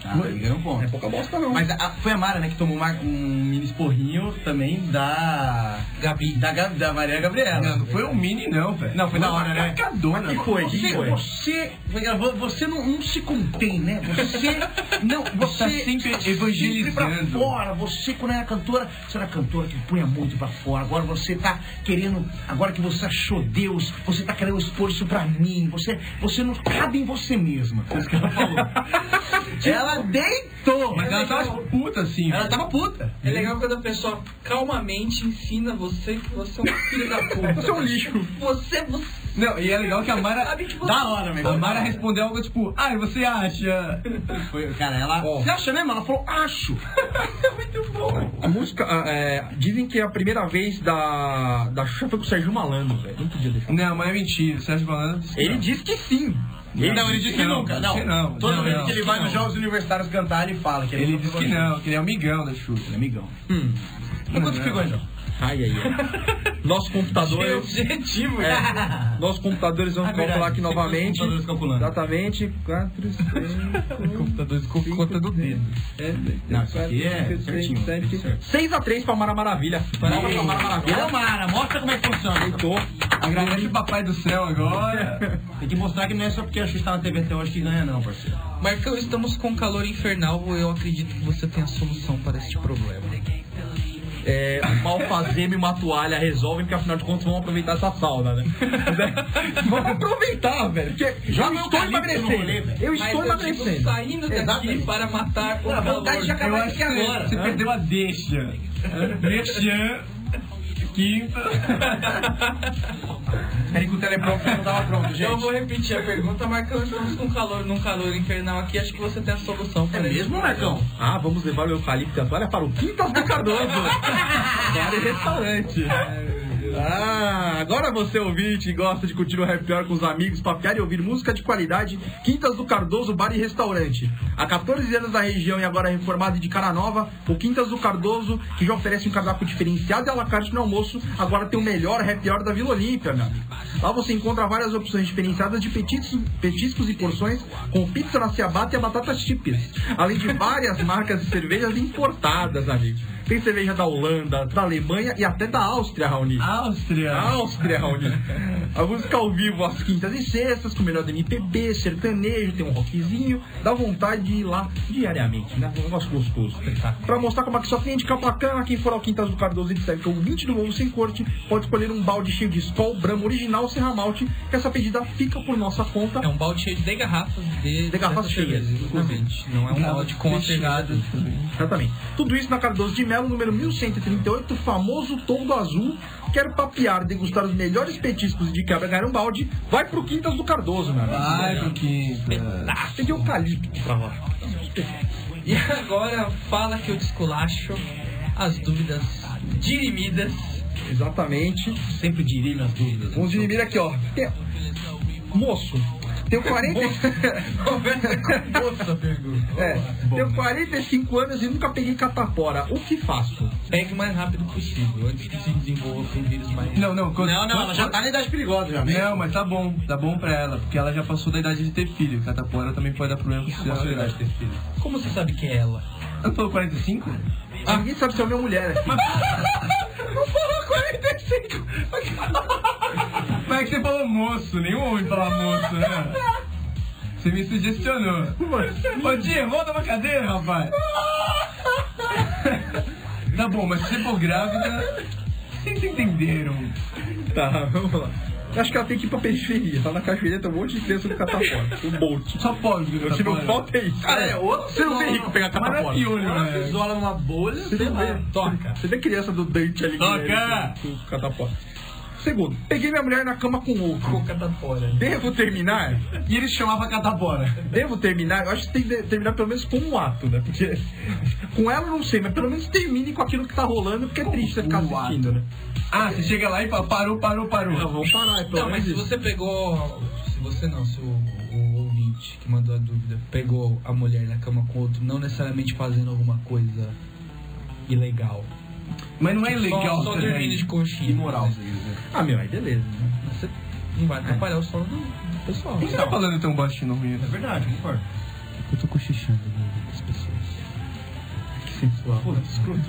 Ah, ele ganhou um Não ponto. é pouca bosta, não. Mas a- foi a Mara, né, que tomou uma- um mini esporrinho também da. Gabi. Da, Gabi- da Maria Gabriela. É. Não, não foi um mini, não, velho. Não, foi da hora, né? Cacadona, que foi? Você, foi? você, você não, não se contém, né? (laughs) Você, não, você Tá sempre tá evangelizando. pra fora. Você quando era cantora, você era cantora que punha muito pra fora. Agora você tá querendo, agora que você achou Deus, você tá querendo expor isso pra mim. Você, você não cabe em você mesma. Foi É isso que ela falou. (laughs) ela deitou. Mas ela tava tipo puta assim. ela velho. tava puta. É legal quando a pessoa calmamente ensina você que você é um filho da (laughs) puta. Você é um lixo. Você, você Não, e é legal que a Mara. sabe que você. tipo, Da hora, meu A Mara respondeu algo tipo, ai, você acha? Foi, cara, ela. Ó. Você acha mesmo? Ela falou, acho. (laughs) É Muito bom. A música, ah, é, dizem que a primeira vez da, da Xuxa foi com o Sérgio Malandro, velho. Não podia deixar. Não, mas é mentira. Sérgio Malandro disse que Ele não. disse que sim. Não, ele disse que nunca. Não, Disse que não. Todo Não, mundo não, que ele disse vai que nos não. jogos universitários cantar, ele fala que Ele é disse que não, que ele é amigão da Xuxa. Ele é amigão. Hum. Mas quanto não. ficou, então? Ai, ai, ai. (laughs) Nosso computador. É objetivo, É, nossos computadores vão É Ah, verdade. calcular aqui Sempre os novamente. computadores calculando. Exatamente. 4, 5. Computador com conta do dedo. Não, isso aqui é certinho. tudo certo. 6x3 pra Mara Maravilha. Palmas pra Mara Maravilha. Ô, Mara, mostra como é que funciona. Deitou. Agradece o papai do céu agora. Tem que mostrar que não é só porque a Xuxa tá na TV até hoje que ganha, não, parceiro. Marcão, estamos com calor infernal. Eu acredito que você tem a solução para este problema. É, mal fazer, uma toalha resolvem, porque afinal de contas vão aproveitar essa sauna, (laughs) né? Vamos aproveitar, velho. Porque já Joga eu estou eucalipto no rolê, emagrecendo. velho. Eu Mas estou eu digo, emagrecendo. saindo daqui Exatamente. para matar o Não, a calor. vontade de acabar Eu acho aqui que agora. você perdeu a deixa. Deixa. Quinta. Peraí que o teleprompter não tava pronto, Então, Eu gente. vou repetir a pergunta, Marcão. Estamos com calor, num calor infernal aqui. Acho que você tem a solução É para isso. mesmo, Marcão? Ah, vamos levar o eucalipto e a toalha para o Quintas do (laughs) Cardoso. Bar e restaurante. Ah, agora você ouvinte e gosta de curtir o happy hour com os amigos, papiar e ouvir música de qualidade, Quintas do Cardoso Bar e Restaurante. Há 14 anos na região e agora é reformado e de cara nova, o Quintas do Cardoso, que já oferece um cardápio diferenciado e à la carte no almoço, agora tem o melhor happy hour da Vila Olímpia, meu amigo. Lá você encontra várias opções diferenciadas de petiscos, petiscos e porções com pizza na ciabatta e a batata chips, além de várias marcas de cervejas importadas, amigo. Tem cerveja da Holanda, da Alemanha e até da Áustria, Raoni. Ah, Áustria. Áustria, Raoni. A música ao vivo às quintas e sextas, com o melhor do MPB, sertanejo, tem um rockzinho. Dá vontade de ir lá diariamente, né? Um negócio gostoso. Pra mostrar como é que só tem de capacana, quem for ao Quintas do Cardoso e disser que é o 20 do Ovo Sem Corte, pode escolher um balde cheio de Skol, Brahma original, Serra Malte, que essa pedida fica por nossa conta. É um balde cheio de garrafas de, De garrafas dessas cheias, cervejas, Exatamente. Não é um balde com as cervejas. Exatamente. Tudo isso na Cardoso de Melo, número 1138, famoso Toldo Azul. Quer papear, degustar os melhores petiscos e de quebra ganhar um balde? Vai pro Quintas do Cardoso, meu amigo. Ai, pro quinta. Ah, tem de eucalipto pra lá. E agora, fala que eu desculacho as dúvidas dirimidas. Exatamente. Sempre dirime as dúvidas. Vamos dirimir aqui, ó. Tem- Moço, tenho 40... Nossa, pergunta. (laughs) é, né? tenho 45 anos e nunca peguei catapora. O que faço? Pegue o mais rápido possível, antes que se desenvolva para um vírus mais. Não, não, quando- Não, não, ela já tá na idade perigosa já. Não, mas tá bom, tá bom pra ela, porque ela já passou da idade de ter filho. Catapora também pode dar problema com sensibilidade. Como você sabe que é ela? Ela não falou 45? Ah, ninguém sabe se é homem ou mulher. né? (laughs) Mas é que você falou moço, nenhum homem fala moço, né? Você me sugestionou. um Ô Di, volta pra (laughs) cadeira, rapaz. Tá bom, mas se você for grávida, vocês entenderam. Tá, vamos lá. Acho que ela tem que ir pra periferia. Lá na cachoeira tem um monte de criança no catapora. Um monte. Só pode, tá O que não falta é isso. Cara, é outro Você não vê rico pegar Mas não é catapora. piolho, Ela se né? isola numa bolha, sei lá. Toca. Você vê criança do Dante ali. Toca! né, Com com catapora. Segundo, peguei minha mulher na cama com outro. Catapora. Devo terminar? E ele chamava catapora. Devo terminar? Eu acho que tem que terminar pelo menos com um ato, né? Porque com ela eu não sei, mas pelo menos termine com aquilo que tá rolando, porque é triste você ficar um assistindo, né? Ah, você chega lá e fala, parou, parou, Não, parou. vamos parar, é pelo Não, mas menos se isso. você pegou. Se você não, se o, o ouvinte que mandou a dúvida pegou a mulher na cama com outro, não necessariamente fazendo alguma coisa ilegal. Mas não é legal né? só, só dormindo também. de coxinha. Imoral. Né? é Ah, meu, aí beleza. né? Mas Você não vai atrapalhar o sono do, do pessoal. Por que você tá falando tão baixo no ruim? É verdade, concordo. Eu tô cochichando né, as pessoas. Que sensual. Pô, escroto.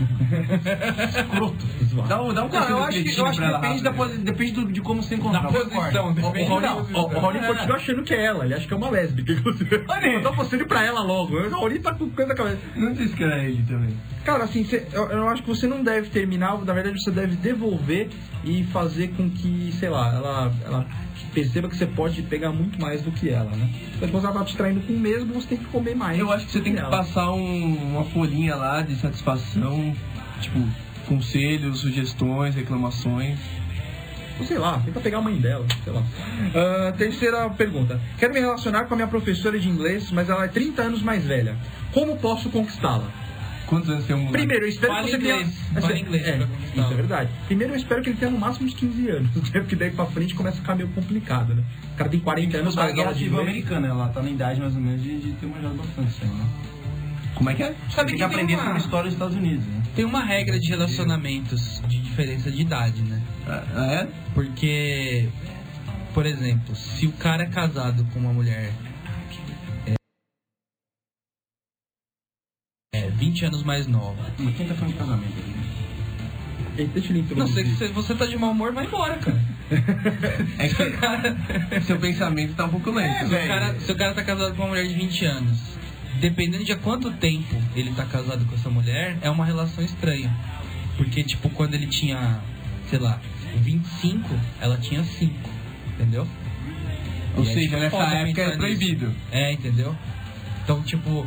escroto. tá Dá um, dá um Não, eu conselho acho que, eu cretino acho que pra ela depende, da rápido. posi- depende do- de como você encontrar. Da eu concordo. posição, depende Ó, da ó, Não, ó, o Raoni continua achando que é ela, ele acha que é uma lésbica, inclusive. Eu tô postando pra ela logo. O Raoni tá com coisa na cabeça. Não disse que era ele também. Cara, assim, cê- eu, eu acho que você não deve terminar, na verdade você deve devolver e fazer com que, sei lá, ela, ela perceba que você pode pegar muito mais do que ela, né? Mas quando ela tá te traindo com o mesmo, você tem que comer mais. Eu acho que você tem que ela. passar um- uma folhinha lá de satisfação, tipo, conselhos, sugestões, reclamações. Ou sei lá, tenta pegar a mãe dela, sei lá. Ah, terceira pergunta. Quero me relacionar com a minha professora de inglês, mas ela é 30 anos mais velha. Como posso conquistá-la? Quantos anos tem um moleque? Primeiro, eu espero Fala que você inglês, tenha... fala inglês É, pra conquistar. isso é verdade. Primeiro, eu espero que ele tenha no máximo uns 15 anos. (laughs) né? Porque daí pra frente começa a ficar meio complicado, né? O cara tem 40 Mas anos, vai ela guerra de civil inglês. americana, ela tá na idade mais ou menos de, de ter manjado bastante isso aí, né? Como é que é? Sabe Tem que que aprender tem sobre a uma, história dos Estados Unidos, né? tem uma regra de relacionamentos de diferença de idade, né? Ah, é? Porque, por exemplo, se o cara é casado com uma mulher é, é, 20 anos mais nova. Mas quem tá falando de casamento? né? Eita, Deixa ele Não sei introduzir. se você- você tá de mau humor, vai embora, cara. É que (laughs) cara seu pensamento tá um pouco É, lento. se, o cara se o cara tá casado com uma mulher de 20 anos, dependendo de há quanto tempo ele tá casado com essa mulher, é uma relação estranha. Porque, tipo, quando ele tinha, sei lá, 25, ela tinha 5, entendeu? Ou E é, seja, tipo, nessa foda época pensar é proibido. nisso. É, entendeu? Então, tipo,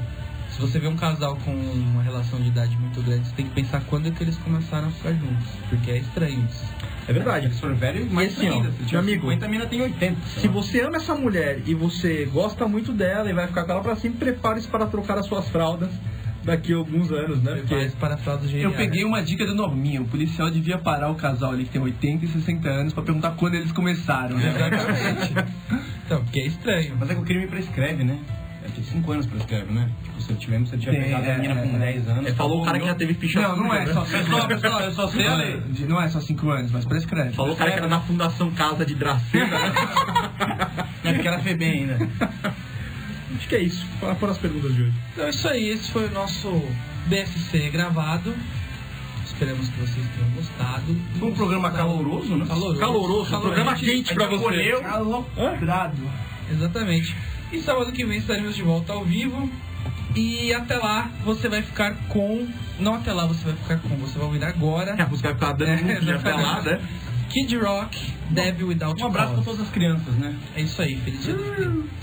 se você vê um casal com uma relação de idade muito grande, você tem que pensar quando é que eles começaram a ficar juntos. Porque é estranho isso. É verdade. Eles foram velhos, E mas assim, ó, ainda. Se tiver meu amigo, 50, a mina tem 80. Se você ama essa mulher e você gosta muito dela e vai ficar com ela pra sempre, prepare-se para trocar as suas fraldas daqui a alguns anos, né? Porque... Mas para fraude Eu peguei uma dica do Norminha. O policial devia parar o casal ali que tem 80 e 60 anos pra perguntar quando eles começaram, né? Exatamente. então, porque é estranho. Mas é que o crime prescreve, né? É que 5 anos prescreve, né? Tipo, se eu tiver, você tinha Tem, pegado é, a mina é. com 10 anos. É, falou o cara que já acabou, teve ficha Não, não suja, é né? só, só, só, eu só sei a lei. Não é só 5 anos, mas prescreve. Falou o cara que era na Fundação Casa de (laughs) Dracena. né? Porque ela foi bem ainda. Acho que é isso. Foram as perguntas de hoje. Então é isso aí, esse foi o nosso BFC gravado. Esperamos que vocês tenham gostado. Foi um programa caloroso, né? Caloroso. Caloroso, um Caloroso. programa A gente- quente a pra gente você. acolheu. Aloprado. Exatamente. E sábado que vem estaremos de volta ao vivo. E até lá você vai ficar com. Não até lá você vai ficar com, você vai ouvir agora. É, A música vai ficar dando É, (laughs) muito de até lá, né? Kid Rock, Devil Without Um abraço pra Cause. todas as crianças, né? É isso aí, feliz dia. dos pais.